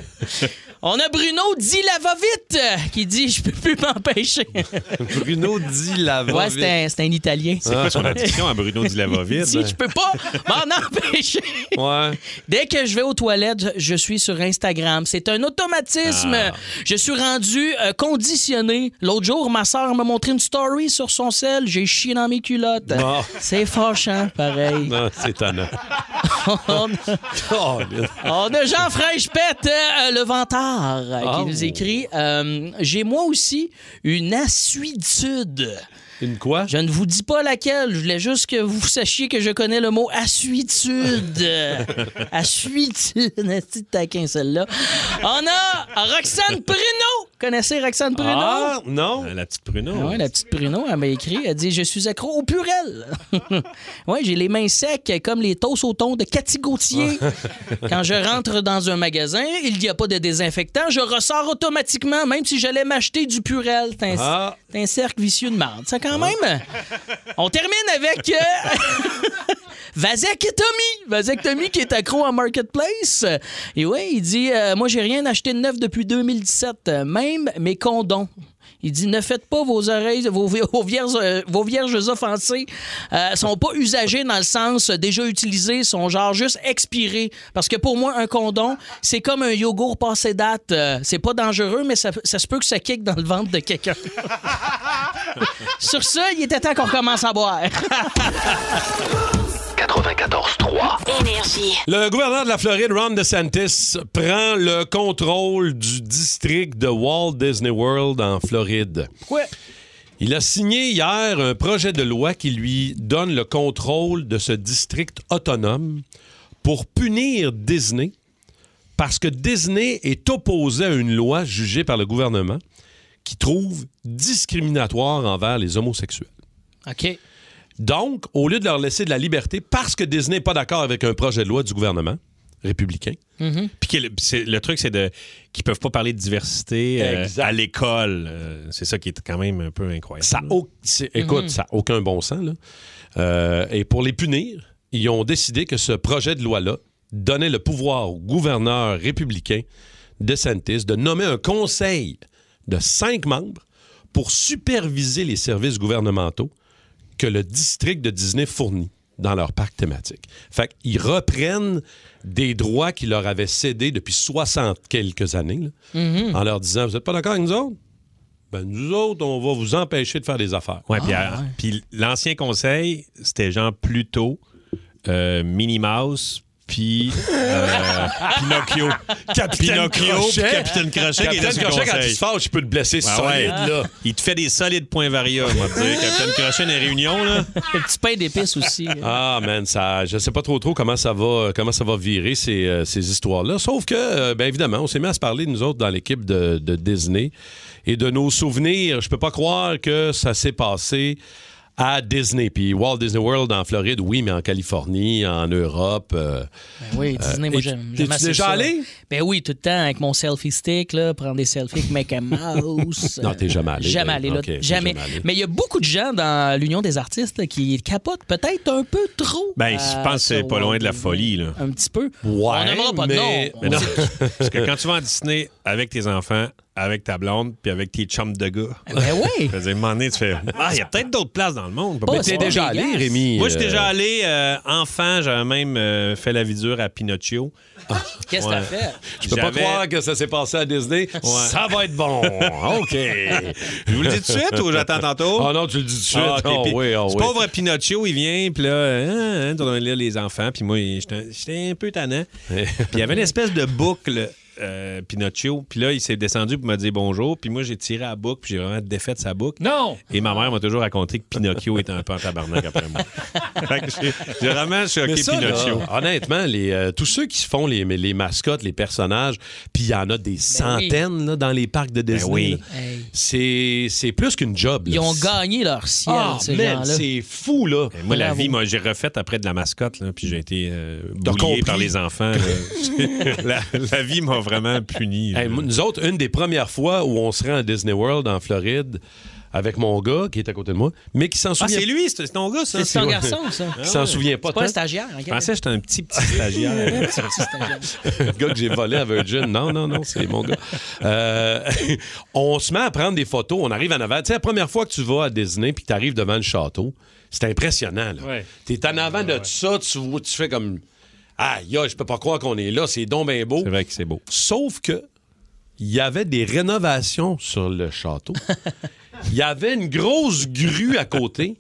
On a Bruno dit la va vite euh, qui dit Je peux plus m'empêcher.
Bruno dit la
ouais, c'est un, c'est un Italien.
C'est quoi son addiction à Bruno Di Lavovide?
Il dit, je peux pas m'en empêcher. Dès que je vais aux toilettes, je- je suis sur Instagram. C'est un automatisme.
Ah.
Je suis rendu euh, conditionné. L'autre jour, ma soeur m'a montré une story sur son sel. J'ai chié dans mes culottes.
Bon.
C'est fâchant, pareil.
Non, Ah, c'est étonnant.
On a-
Oh, là.
on a Jean Fraîchepette, euh, le ventard, euh,
Oh.
qui nous écrit euh, J'ai moi aussi une assuitude.
Une quoi?
Je ne vous dis pas laquelle. Je voulais juste que vous sachiez que je connais le mot assuitude. Euh, assuitude. C'est de taquin, celle-là. On a Roxane Pruneau. Connaissez Roxane Pruneau?
Ah, non.
Euh, La petite Bruno.
Ah ouais, la petite Pruneau, elle m'a écrit, elle dit Je suis accro au purel. ouais, j'ai les mains secs comme les toasts au thon de Cathy Gauthier. Quand je rentre dans un magasin, il n'y a pas de désinfectant, je ressors automatiquement, même si j'allais m'acheter du purel. C'est un,
Ah.
c'est un cercle vicieux de merde. Ça, quand même. On termine avec. euh, Vasectomie! Vasectomie qui est accro à Marketplace. Et oui, il dit euh, Moi, j'ai rien acheté de neuf depuis 2017, euh, même mes condoms. Il dit Ne faites pas vos oreilles, vos, vi- vos vierges, euh, vos vierges offensées euh, sont pas usagées dans le sens euh, déjà utilisé, sont genre juste expirées. Parce que pour moi, un condom, c'est comme un yogourt passé date. Euh, c'est pas dangereux, mais ça, ça se peut que ça kick dans le ventre de quelqu'un. Sur ça, il était temps qu'on commence à boire.
94.3. Énergie.
Le gouverneur de la Floride, Ron DeSantis, prend le contrôle du district de Walt Disney World en Floride.
Pourquoi?
Il a signé hier un projet de loi qui lui donne le contrôle de ce district autonome pour punir Disney parce que Disney est opposé à une loi jugée par le gouvernement qui trouve discriminatoire envers les homosexuels.
OK.
Donc, au lieu de leur laisser de la liberté parce que Disney n'est pas d'accord avec un projet de loi du gouvernement républicain,
Mhm.
Puis que le, puis c'est- le truc, c'est de qu'ils peuvent pas parler de diversité euh, à l'école. Euh, c'est ça qui est quand même un peu incroyable.
Ça au- c'est- Écoute,
Mhm.
ça n'a aucun bon sens. là. Euh, et pour les punir, ils ont décidé que ce projet de loi-là donnait le pouvoir au gouverneur républicain DeSantis de nommer un conseil de cinq membres pour superviser les services gouvernementaux que le district de Disney fournit dans leur parc thématique. Fait qu'ils reprennent des droits qu'ils leur avaient cédés depuis 60 quelques années là,
Mhm.
en leur disant Vous n'êtes pas d'accord avec nous autres? Ben, nous autres, on va vous empêcher de faire des affaires.
Ouais, puis,
Ah,
euh, puis l'ancien conseil, c'était genre plutôt euh, Minnie Mouse, Puis euh, Pinocchio. Pinocchio, puis Capitaine Crochet. qui est là
Capitaine
sur
Crochet, quand
conseil.
il se fâche, il peut te blesser
Ah
solide,
ouais.
là.
Il te fait des solides points varia, on va te dire. Capitaine Crochet, des réunions, là.
Le petit pain d'épices aussi. là.
Ah man, ça, je sais pas trop trop comment ça va, comment ça va virer ces, euh, ces histoires-là. Sauf que, euh, bien évidemment, on s'est mis à se parler nous autres dans l'équipe de, de Disney et de nos souvenirs. Je peux pas croire que ça s'est passé à Disney, puis Walt Disney World en Floride, oui, mais en Californie, en Europe. euh,
Ben Oui, Disney,
euh,
moi
et-
j'aime. j'aime
T'es-tu
assez
déjà
ça.
allé?
Ben oui, tout le temps avec mon selfie stick, là, prendre des selfies avec Make a Mouse.
Non, t'es jamais allé,
Jamais
ben.
allé, là.
Ok, t'es
jamais.
jamais allé.
Mais il y a beaucoup de gens dans l'Union des artistes là, qui capotent peut-être un peu trop. euh,
Ben, je pense que c'est pas loin de la folie, là.
Un petit Ah, peu.
Ouais,
On n'aimera pas de
mais-
nom.
mais non. Parce que quand tu vas en Disney avec tes enfants, avec ta blonde, puis avec tes chums de gars.
Ben oui.
Je veux dire, à un moment donné, tu fais Ah, il y a peut-être d'autres places dans le monde.
Mais t'es déjà allé, Rémi,
Moi, je suis
euh,
déjà allé euh, enfant. J'avais même euh, fait la vie dure à Pinocchio.
Ah. Qu'est-ce que
Ouais.
t'as fait?
Je peux pas
J'avais-
croire que ça s'est passé à Disney. Ça va être bon. Oh. OK.
Je vous le dis tout de suite ou j'attends tantôt?
Ah non, tu le dis tout de suite.
Ah, ok,
Ah
puis
oui, ah
ce
oui.
pauvre Pinocchio, il vient, puis là, hein, hein, tu dois lire les enfants, puis moi, j'étais j'étais un peu tannant. puis il y avait une espèce de boucle, euh, Pinocchio, puis là, il s'est descendu pour me dire bonjour, puis moi, j'ai tiré à la boucle, puis j'ai vraiment défait sa boucle.
Non!
Et ma mère m'a toujours raconté que Pinocchio était un peu en tabarnak après moi. fait que j'ai- j'ai vraiment choqué
Mais ça, là,
Pinocchio.
honnêtement, les, euh, tous ceux qui font les, les mascottes, les personnages, puis il y en a
Ben
des centaines là, dans les parcs de Disney.
Ben oui.
là. C'est c'est plus qu'une job. là.
Ils ont gagné leur ciel,
Ah,
ces
man,
gens-là.
c'est fou, là.
Et Moi, la
Bravo.
vie, moi, j'ai refait après de la mascotte, là, puis j'ai été euh,
T'as
boulié
compris.
par les enfants. là. la, la vie m'a vraiment puni. là.
Hey, moi, nous autres, une des premières fois où on se rend à Disney World en Floride avec mon gars qui est à côté de moi, mais qui s'en
Ah,
souvient
c'est lui, c'est c'est ton gars, ça.
C'est ton garçon, ça.
Qui s'en souvient pas
C'est pas
tant.
un stagiaire.
Je pensais que j'étais un petit, petit
Un
stagiaire.
petit, petit stagiaire.
le gars que j'ai volé à Virgin. Non, non, non, c'est mon gars. Euh, on se met à prendre des photos. On arrive en avant. Tu sais, la première fois que tu vas à Disney puis que tu arrives devant le château, c'est impressionnant. Là.
Ouais.
T'es en avant de ça, tu, vois- tu fais comme... Aïe, aïe, je peux pas croire qu'on est là, c'est donc bien beau. C'est
vrai que c'est beau.
Sauf que il y avait des rénovations sur le château. Il y avait une grosse grue à côté,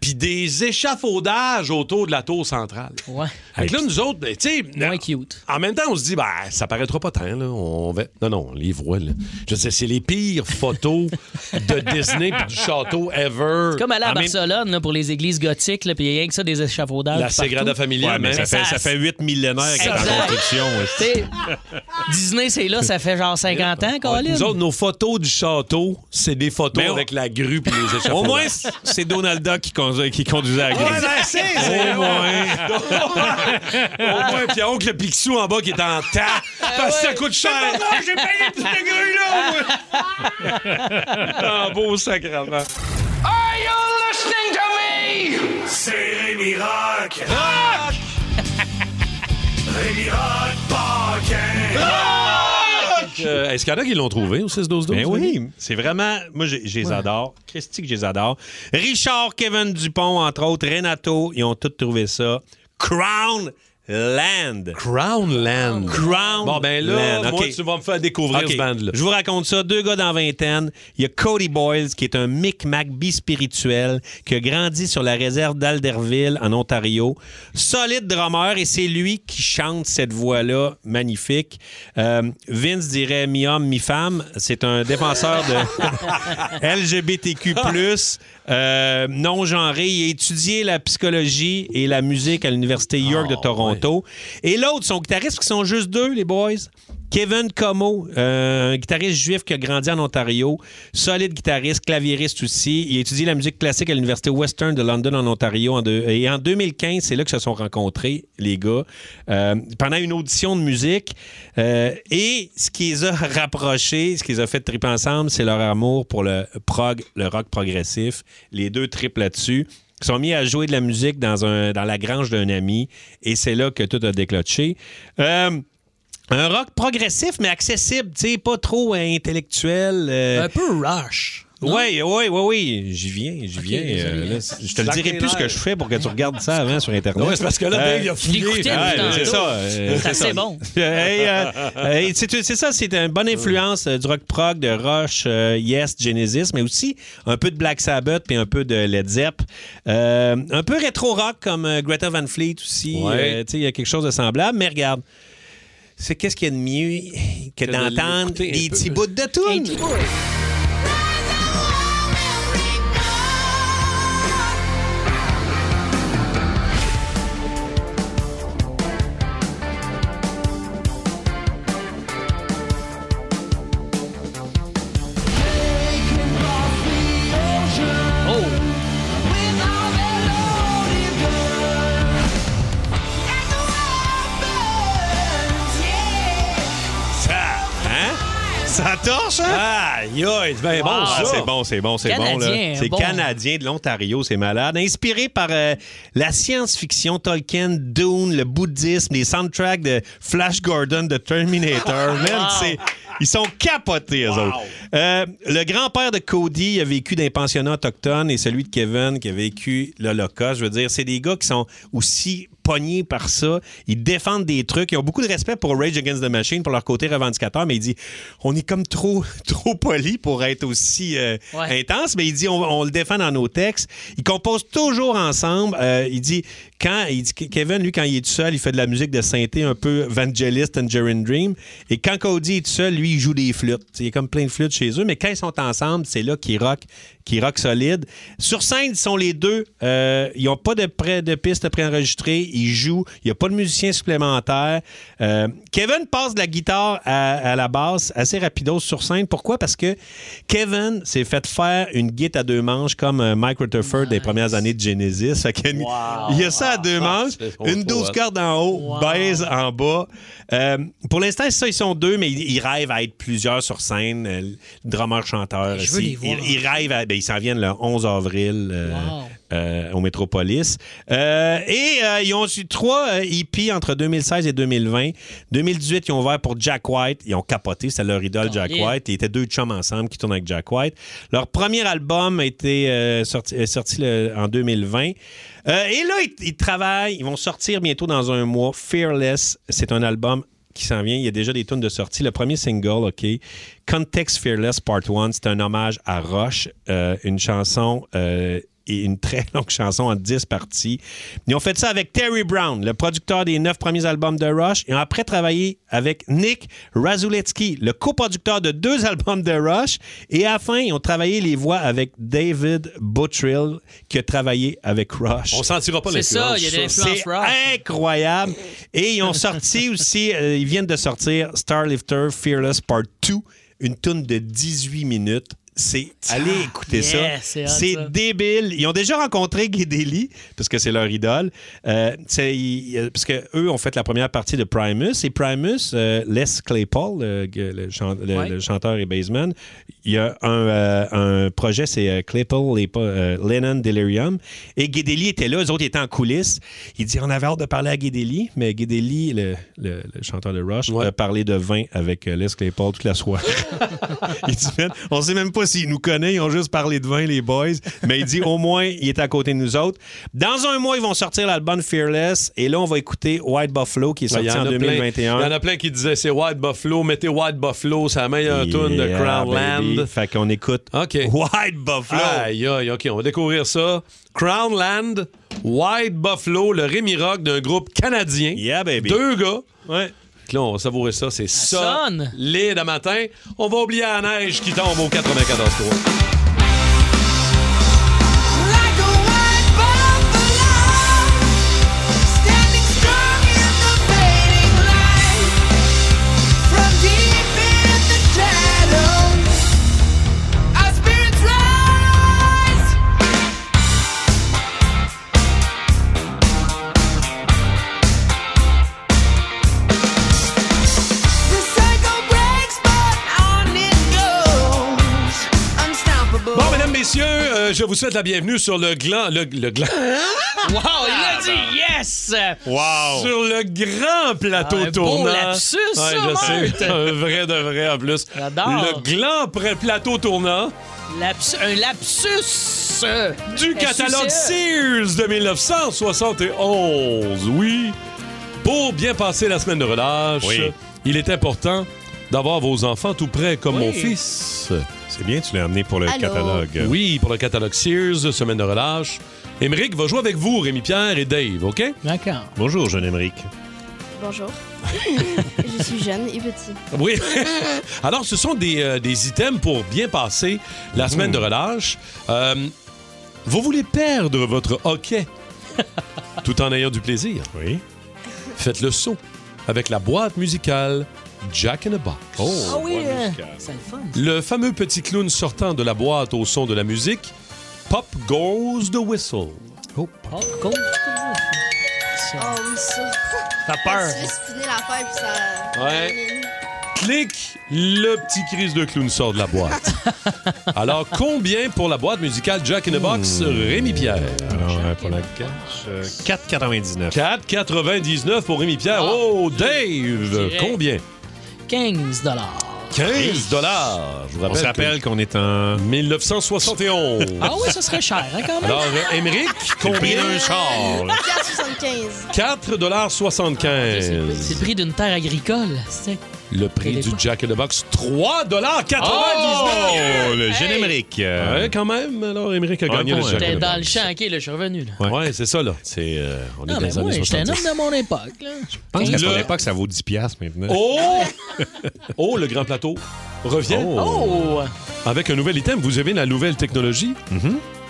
puis des échafaudages autour de la tour centrale.
Ouais.
Fait que là, nous autres, ben, tu sais... cute. En même temps, on se dit, ben, ça paraîtra pas tant, là. On va... Non, non, on les voit, là. Je sais, c'est les pires photos de Disney puis du château ever.
C'est comme aller à
En même-
Barcelone là, pour les églises gothiques, là, puis rien que ça, des échafaudages.
La
partout.
Sagrada Familia,
Ouais, mais ça fait, ça fait 8 millénaires qu'elle est en
Exact.
construction.
Tu sais, Disney, c'est là, ça fait genre 50 ans, Colin.
Nous autres, nos photos du château, c'est des photos
Mais on-
avec la grue puis les échafaudages. ben,
Au moins, c'est- c'est Donald Duck qui, conduis- qui conduisait à la grille.
c'est-
Au moins.
Au moins, puis oncle Picsou en bas qui est en tas, parce que ça coûte cher.
Ah j'ai payé toute la grue, là!
Ah,
Un beau sacrement.
Are you listening to me? C'est Rémi Rock! Rock! Rémi Rock Parkin! Rock!
Euh, Est-ce qu'il y en a qui l'ont trouvé au 6-12-12?
Ben oui, c'est vraiment. Moi, je, je les adore. Christy, que je les adore. Richard, Kevin Dupont, entre autres, Renato, ils ont tous trouvé ça. Crown Land.
Crown Land.
Crown
Bon, ben là,
Land.
moi,
OK.
tu vas me faire découvrir
OK.
ce band-là.
Je vous raconte ça. Deux gars dans vingtaine. Il y a Cody Boyles, qui est un Micmac bispirituel, qui a grandi sur la réserve d'Alderville, en Ontario. Solide drummer, et c'est lui qui chante cette voix-là magnifique. Euh, Vince dirait mi-homme, mi-femme. C'est un défenseur de LGBTQ+. euh, non-genré. Il a étudié la psychologie et la musique à l'Université York de Toronto. Et l'autre, son guitariste, qui sont juste deux, les boys. Kevin Como, euh, un guitariste juif qui a grandi en Ontario, solide guitariste, claviériste aussi. Il a étudié la musique classique à l'Université Western de London en Ontario. en deux- et en 2015, c'est là que se sont rencontrés, les gars, euh, pendant une audition de musique. Euh, et ce qui les a rapprochés, ce qu'ils ont fait triper ensemble, c'est leur amour pour le prog, le rock progressif. Les deux tripent là-dessus. Ils sont mis à jouer de la musique dans, un, dans la grange d'un ami. Et c'est là que tout a déclenché. Euh, un rock progressif, mais accessible, tu sais, pas trop euh, intellectuel. euh,
Un peu rush.
Oui, oui, oui, oui. J'y viens, j'y viens. euh, là, c- je te le
Sacré
dirai plus ce que je fais pour que tu regardes ça avant sur Internet. Euh,
Ouais, c'est parce que là, Dave, il a fouillé. Je l'écoutais,
Ouais,
lui, tantôt.
c'est ça. euh,
C'est assez
ça.
bon.
Hey, euh, hey, c'est c'est ça, c'est une bonne influence euh, du rock prog, de Rush, euh, Yes, Genesis, mais aussi un peu de Black Sabbath puis un peu de Led Zepp. Euh, un peu rétro-rock comme euh, Greta Van Fleet aussi.
Ouais.
Euh, tu sais, il y a quelque chose de semblable, mais regarde. C'est qu'est-ce qu'il y a de mieux que
de
d'entendre
l'écouter un
des
peu.
petits bouts de tunes?
Oh.
Ça, hein? Ça torche, hein? Aïe, aïe, c'est bien
Wow.
bon, ça.
Ah,
C'est bon, c'est bon, c'est bon. là.
Canadien, hein,
C'est
bon.
canadien de l'Ontario, c'est malade. Inspiré par euh, la science-fiction Tolkien, Dune, le bouddhisme, les soundtracks de Flash Gordon, de Terminator. Man, c'est- Ils sont capotés, eux autres. Euh, le grand-père de Cody a vécu d'un pensionnat autochtone et celui de Kevin qui a vécu l'Holocauste. Je veux dire, c'est des gars qui sont aussi pognés par ça. Ils défendent des trucs. Ils ont beaucoup de respect pour Rage Against the Machine, pour leur côté revendicateur, mais il dit on est comme trop, trop poli pour être aussi euh,
Ouais.
intense, mais il dit on, on le défend dans nos textes. Ils composent toujours ensemble. Euh, il dit quand il dit que Kevin, lui, quand il est tout seul, il fait de la musique de synthé un peu Vangelis and Jerry Dream. Et quand Cody est tout seul, lui, il joue des flûtes. Il y a comme plein de flûtes chez eux, mais quand ils sont ensemble, c'est là qu'ils rock, qu'ils rock solide. Sur scène, ils sont les deux. Euh, ils n'ont pas de, pré- de pistes préenregistrées. Ils jouent. Il n'y a pas de musicien supplémentaire. Euh, Kevin passe de la guitare à, à la basse assez rapido sur scène. Pourquoi? Parce que Kevin s'est fait faire une guitare à deux manches comme euh, Mike Rutherford des premières années de Genesis. Fait que- Il y a ça à deux manches. Une 12 cordes en haut, baise en bas. Euh, pour l'instant, c'est ça, ils sont deux, mais ils, ils rêvent à être plusieurs sur scène. Euh, le drummer-chanteur.
Je veux
aussi.
les voir. hein.
Ils, ils rêvent à- ben, ils s'en viennent le 11 avril. euh, euh, au Métropolis. Euh, et euh, ils ont eu trois euh, hippies entre 2016 et 2020. 2018, ils ont ouvert pour Jack White. Ils ont capoté, c'était leur idole, Jack
Colin.
White. Ils étaient deux chums ensemble qui tournent avec Jack White. Leur premier album a été euh, sorti, est sorti le- en 2020. Euh, et là, ils, ils travaillent. Ils vont sortir bientôt dans un mois. Fearless, c'est un album qui s'en vient. Il y a déjà des tunes de sortie. Le premier single, OK. Context Fearless Part 1, c'est un hommage à Roche, euh, une chanson euh, et une très longue chanson en 10 parties. Ils ont fait ça avec Terry Brown, le producteur des neuf premiers albums de Rush. Ils ont après travaillé avec Nick Razuletsky, le coproducteur de deux albums de Rush. Et à la fin, ils ont travaillé les voix avec David Buttrill, qui a travaillé avec Rush.
On sentira pas C'est l'influence, ça, il y a de ça. l'influence
C'est incroyable. Et ils ont sorti aussi, euh, ils viennent de sortir Starlifter Fearless Part 2, une tune de 18 minutes. C'est allez écouter
Ah, yeah,
ça.
c'est hot,
C'est
ça.
débile. Ils ont déjà rencontré Guédéli, parce que c'est leur idole. Euh, c'est- ils- euh, parce que eux ont fait la première partie de Primus. Et Primus, euh, Les Claypool, le, le chan- le-
Ouais.
le chanteur et baseman, il y a un, euh, un projet, c'est euh, Claypool et pas- euh, Lennon Delirium. Et Guédéli était là, eux autres étaient en coulisses. Il dit on avait hâte de parler à Guédéli, mais Guédéli, le, le- le chanteur de Rush, a parlé de vin avec euh, Les Claypool toute la soirée. il dit, Man, on sait même pas s'il nous connaît, ils ont juste parlé de vin, les boys. Mais il dit, au moins, il est à côté de nous autres. Dans un mois, ils vont sortir l'album Fearless. Et là, on va écouter White Buffalo, qui est
Il
sorti
y, en
en
a plein- il y en
2021.
a plein qui disaient c'est White Buffalo, mettez White Buffalo, c'est la meilleure tune de
Yeah,
Crownland.
baby. Fait qu'on écoute
OK.
White Buffalo.
Aïe, aïe, OK, on va découvrir ça. Crownland, White Buffalo, le Rémi Rock d'un groupe canadien.
Yeah, baby.
Deux gars.
Ouais.
Là, on va savourer ça, c'est ça. L'aide à matin. On va oublier la neige qui tombe au 94 Bon, mesdames, messieurs, euh, je vous souhaite la bienvenue sur le gland. Le, le gland.
Wow, il a dit yes!
Wow! Sur le grand plateau
Ah, un beau
tournant.
lapsus, ça,
je sais,
Marthe.
un vrai de vrai en plus.
J'adore.
Le grand pr- plateau tournant.
Laps- un lapsus! euh,
Du
un
catalogue
succès.
Sears de 1971, oui. Pour bien passer la semaine de relâche,
Oui.
il est important d'avoir vos enfants tout près, comme
Oui.
mon fils.
C'est bien, tu l'as amené pour le
Allô?
catalogue.
Oui, pour le catalogue Sears, semaine de relâche. Émeric va jouer avec vous, Rémi-Pierre et Dave, OK?
D'accord.
Bonjour, jeune Émeric.
Bonjour. je suis jeune et petit.
Oui. Alors, ce sont des, euh, des items pour bien passer la semaine de relâche. Euh, vous voulez perdre votre hockey tout en ayant du plaisir. Oui. Faites le saut avec la boîte musicale Jack in a Box.
Oh,
ah
Oh,
oui, euh, c'est le fun.
Le fameux petit clown sortant de la boîte au son de la musique, Pop Goes the Whistle.
Oh, cool. Ça.
Oh oui, ça.
T'as peur.
Je suis fini l'affaire puis ça.
Ouais. Clic, le petit crise de clown sort de la boîte. Alors, combien pour la boîte musicale Jack in the Box,
Hmm.
Rémi Pierre?
Ah
pour la 4,99. 4,99 pour Rémi Pierre.
Ah,
Oh, Dave,
dirais-
combien?
15 dollars.
15 dollars. Je vous
On
rappelle
se rappelle qu'on est en
1971.
Ah oui, ça serait cher, hein, quand même.
Alors, euh, Émeric, combien?
d'un char.
4,75.
4,75
C'est le prix d'une terre agricole, c'est.
Le prix du Jack in the Box, 3,99
Oh, le jeune
Hey!
Émeric.
Ouais, quand même. Alors, Émeric a
Un
gagné
point,
le
hein.
Jack in
J'étais
the
dans
Box.
le champ, ok, là, je suis revenu, là.
Ouais, c'est ça, là. C'est, euh, on est
Non,
dans
mais
les
Ah, ben moi,
années
j'étais un
70.
homme de mon époque, là.
Je pense qu'à son
Le-
époque, ça vaut 10 piastres maintenant.
Oh! oh, le grand plateau revient.
Oh!
Avec un nouvel item, vous avez la nouvelle technologie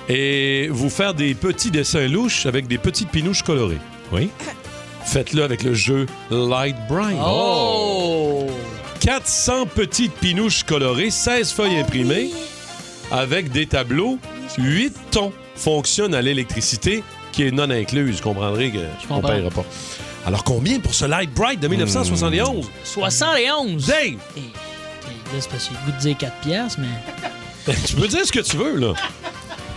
et vous faire des petits dessins louches avec des petites pinouches colorées. Oui. Faites-le avec le jeu Light Bright.
Oh!
400 petites pinouches colorées, 16 feuilles imprimées, avec des tableaux, 8 tons fonctionnent à l'électricité qui est non incluse. Vous comprendrez que je ne
comprends.
paiera pas. Alors combien pour ce Light Bright de 1971?
71!
Dave!
Et, là, c'est parce que j'ai le goût de dire 4 piastres, mais
tu peux dire ce que tu veux, là.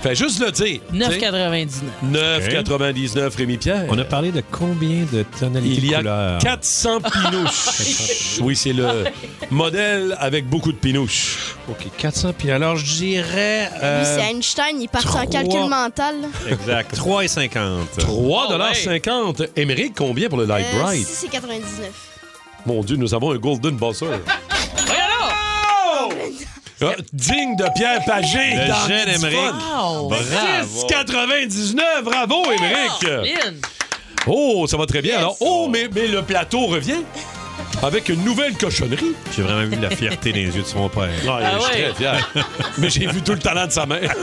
Fais juste le dire.
9,99.
9,99 Rémi Pierre.
On a parlé de combien de tonalités
Il y
de
a
couleurs?
400 pinouches. oui, c'est le
Ah
modèle avec beaucoup de pinouches. OK,
400 puis alors je dirais
Lui,
euh,
c'est Einstein, il part
trois.
en calcul mental. là.
exact Ah 3,50.
3,50 Émeric, combien pour le Light
Euh,
Bright?
Si c'est 99.
Mon Dieu, nous avons un Golden Buzzer. Ah, digne de Pierre Pagé
Le
dans
jeune
Kids
Émeric.
Fun.
Wow.
6,99. Bravo, Émeric. Oh, ça va très bien. Alors, oh, mais, mais le plateau revient avec une nouvelle cochonnerie.
J'ai vraiment vu la fierté dans les yeux de son père.
Ah, je suis
ouais.
très fier. mais j'ai vu tout le talent de sa mère.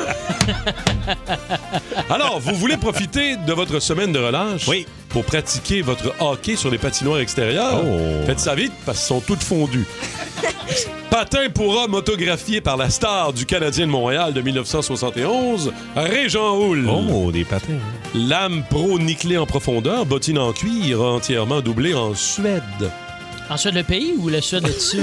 Alors, vous voulez profiter de votre semaine de relâche oui. pour pratiquer votre hockey sur les patinoires extérieures?
Oh.
Faites ça vite parce qu'ils sont toutes fondues. Patin pour homme autographié par la star du Canadien de Montréal de 1971, Régent Houle.
Oh, des patins. hein.
Lame pro nickelée en profondeur, bottine en cuir entièrement doublée en Suède.
Ensuite, le pays ou le Suède là-dessus?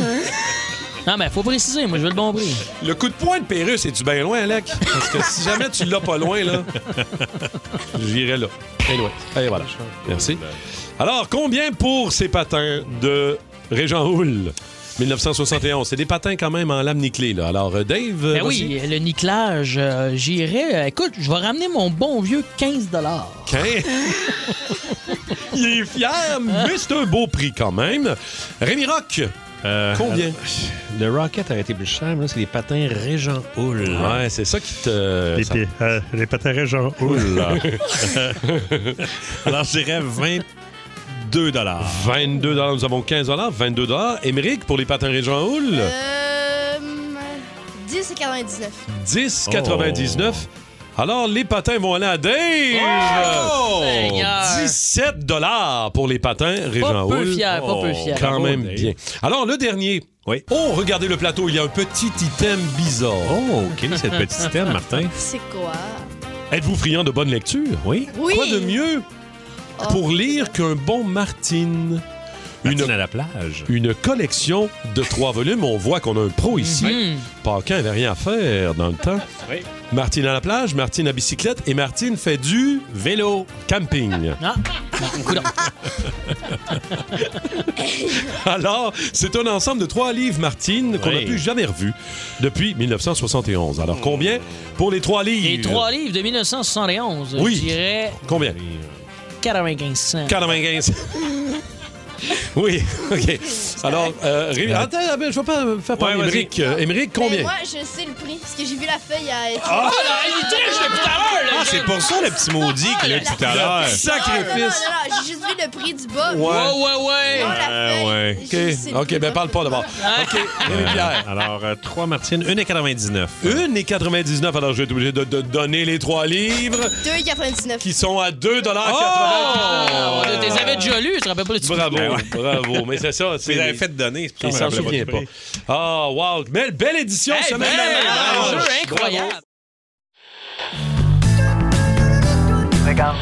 non, mais faut préciser, moi, je veux le bon prix.
Le coup de poing de Pérus, es-tu bien loin, Alec? Parce que si jamais tu l'as pas loin, là, j'irai là. Anyway, et voilà. Merci. Alors, combien pour ces patins de Régent Houle? 1971. C'est des patins quand même en lame nickelée, là. Alors, euh, Dave. vas-y.
Ben oui, le nickelage, euh, j'irai. euh, écoute, je vais ramener mon bon vieux 15
Quin- Il est fier, mais c'est un beau prix quand même. Rémi Rock, combien?
Le Rocket aurait été plus cher, mais là, c'est les patins Régent Hull.
Ouais, c'est ça qui te.
Les,
ça-
pi- euh, les patins Régent Hull. alors, je dirais 22
22 nous avons 15 22 Émeric, pour les patins Régent Houle?
Euh, 10 et 99.
10,99. Alors, les patins vont aller à Dave!
Oh,
Seigneur!
17 dollars pour les patins, Régent
peu
Houle. Oh,
fier, pas peu fier.
Quand
Bravo,
même
Dave.
bien. Alors, le dernier. Oui. Oh, regardez le plateau, il y a un petit item bizarre. Oh,
quel est ce petit item, Martin?
C'est quoi?
Êtes-vous friand de bonne lecture? Oui.
Oui.
Ah.
Quoi de mieux pour lire qu'un bon Martine? Une,
à la plage.
Une collection de trois volumes. On voit qu'on a un pro ici.
Hmm.
Paquin n'avait rien à faire dans le temps.
Oui.
Martine à la plage, Martine à bicyclette et Martine fait du vélo camping.
Ah, coudonc.
Alors, c'est un ensemble de trois livres, Martine, qu'on n'a plus jamais revu depuis 1971.
Oh.
Alors, combien pour les trois livres?
Les trois livres de 1971,
Oui.
je dirais
Combien?
95 cents.
95. oui, OK. Alors, euh, Rémi- attends, attends, je vais pas me faire parler
Ouais, vas-y.
Émeric. Euh, Émeric, combien?
Ben, moi, je sais le prix, parce que j'ai vu la feuille à.
Ah, là, il triche depuis tout à l'heure, le
Ah, c'est pour ça le petit maudit qu'il a dit tout à
Non, non,
l'heure.
non, non, j'ai juste vu le prix du bas. Non, la feuille.
ouais.
sais
Ah, OK, ben parle pas d'abord. OK, Rémi Pierre.
Euh, Alors, 3 Martine, 1,99.
1,99. Alors, je vais être obligé de, de donner les trois livres
2,99.
qui sont à 2,99.
Oh! Tu les avais déjà lus, je te rappelle pas le titre.
Bravo,
Ben ouais.
bravo. Mais c'est ça. c'est-
Vous avez fait donner, c'est pour ça
Il
que je
s'en
me rappelais
souvient
pas
pas.
du
Ah, wow. Belle, belle édition,
Hey,
semaine
belle,
dernière.
un
Bravo.
jeu
incroyable.
Regarde,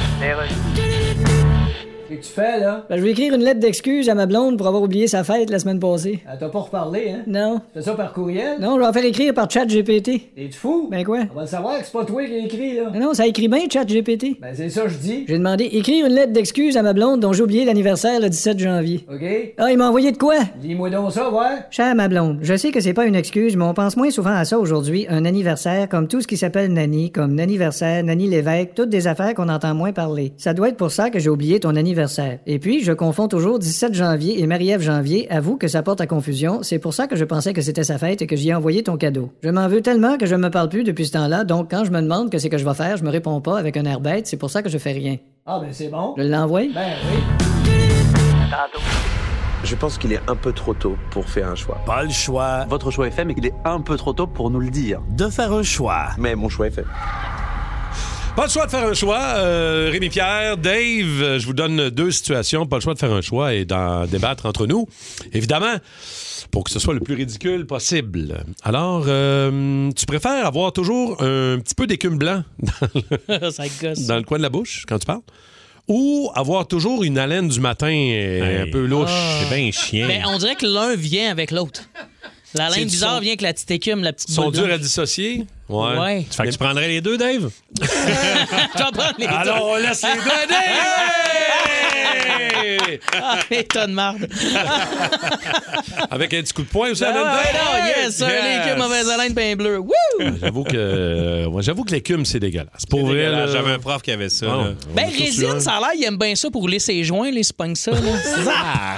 Qu'est-ce que tu fais, là?
Ben, je vais écrire une lettre d'excuse à ma blonde pour avoir oublié sa fête la semaine passée.
Elle t'a pas reparlé, hein?
Non.
Tu fais ça par courriel?
Non, je vais en faire écrire par ChatGPT.
T'es-tu fou?
Ben quoi?
On va le savoir que c'est pas toi qui l'as écrit, là.
Non, non, ça écrit bien ChatGPT.
Ben c'est ça, je dis.
J'ai demandé écrire une lettre d'excuse à ma blonde dont j'ai oublié l'anniversaire le 17 janvier.
OK?
Ah, il m'a envoyé de quoi?
Dis-moi donc ça, ouais?
Chère ma blonde, je sais que c'est pas une excuse, mais on pense moins souvent à ça aujourd'hui, un anniversaire, comme tout ce qui s'appelle Nani, comme Naniversaire, Nani l'évêque, toutes des affaires qu'on entend moins parler. Ça doit être pour ça que j'ai oublié ton anniversaire. Et puis, je confonds toujours 17 janvier et Marie-Ève janvier, avoue que ça porte à confusion, c'est pour ça que je pensais que c'était sa fête et que j'y ai envoyé ton cadeau. Je m'en veux tellement que je me parle plus depuis ce temps-là, donc quand je me demande que c'est que je vais faire, je me réponds pas avec un air bête, c'est pour ça que je fais rien.
Ah, ben c'est bon.
Je l'envoie?
Ben oui.
Je pense qu'il est un peu trop tôt pour faire un choix. Pas le choix. Votre choix est fait, mais qu'il est un peu trop tôt pour nous le dire. De faire un choix. Mais mon choix est fait.
Pas le choix de faire un choix. Euh, Rémi Pierre, Dave, euh, je vous donne deux situations. Pas le choix de faire un choix et d'en débattre entre nous, évidemment, pour que ce soit le plus ridicule possible. Alors, euh, tu préfères avoir toujours un petit peu d'écume blanc dans le,
Ça gosse.
dans le coin de la bouche quand tu parles ou avoir toujours une haleine du matin euh, un peu louche?
Ah.
C'est bien chien.
Ben,
Mais on dirait que l'un vient avec l'autre. La
C'est
laine
du
bizarre
son.
vient avec la petite écume, la petite
Ils sont
boule
durs à
blanche.
dissocier. Ouais.
Ouais.
Fait que tu prendrais les deux, Dave?
J'en prends les deux.
Alors, on laisse les deux.
Ah, mais t'as de marde.
Ah, Avec un petit coup de poing aussi
Ah
à la
ouais,
tête?
non, yes, un
ben Yes. Ah,
écume, mauvaise haleine, pain ben bleu. Wouh!
J'avoue que, euh, ouais, j'avoue que l'écume, c'est dégueulasse. Pour vrai,
dégueulasse.
là-
J'avais un prof qui avait ça,
Bon.
là.
Ben,
On est tous
résine,
un.
ça a l'air, il aime bien ça pour rouler ses joints, les spunk ça. là.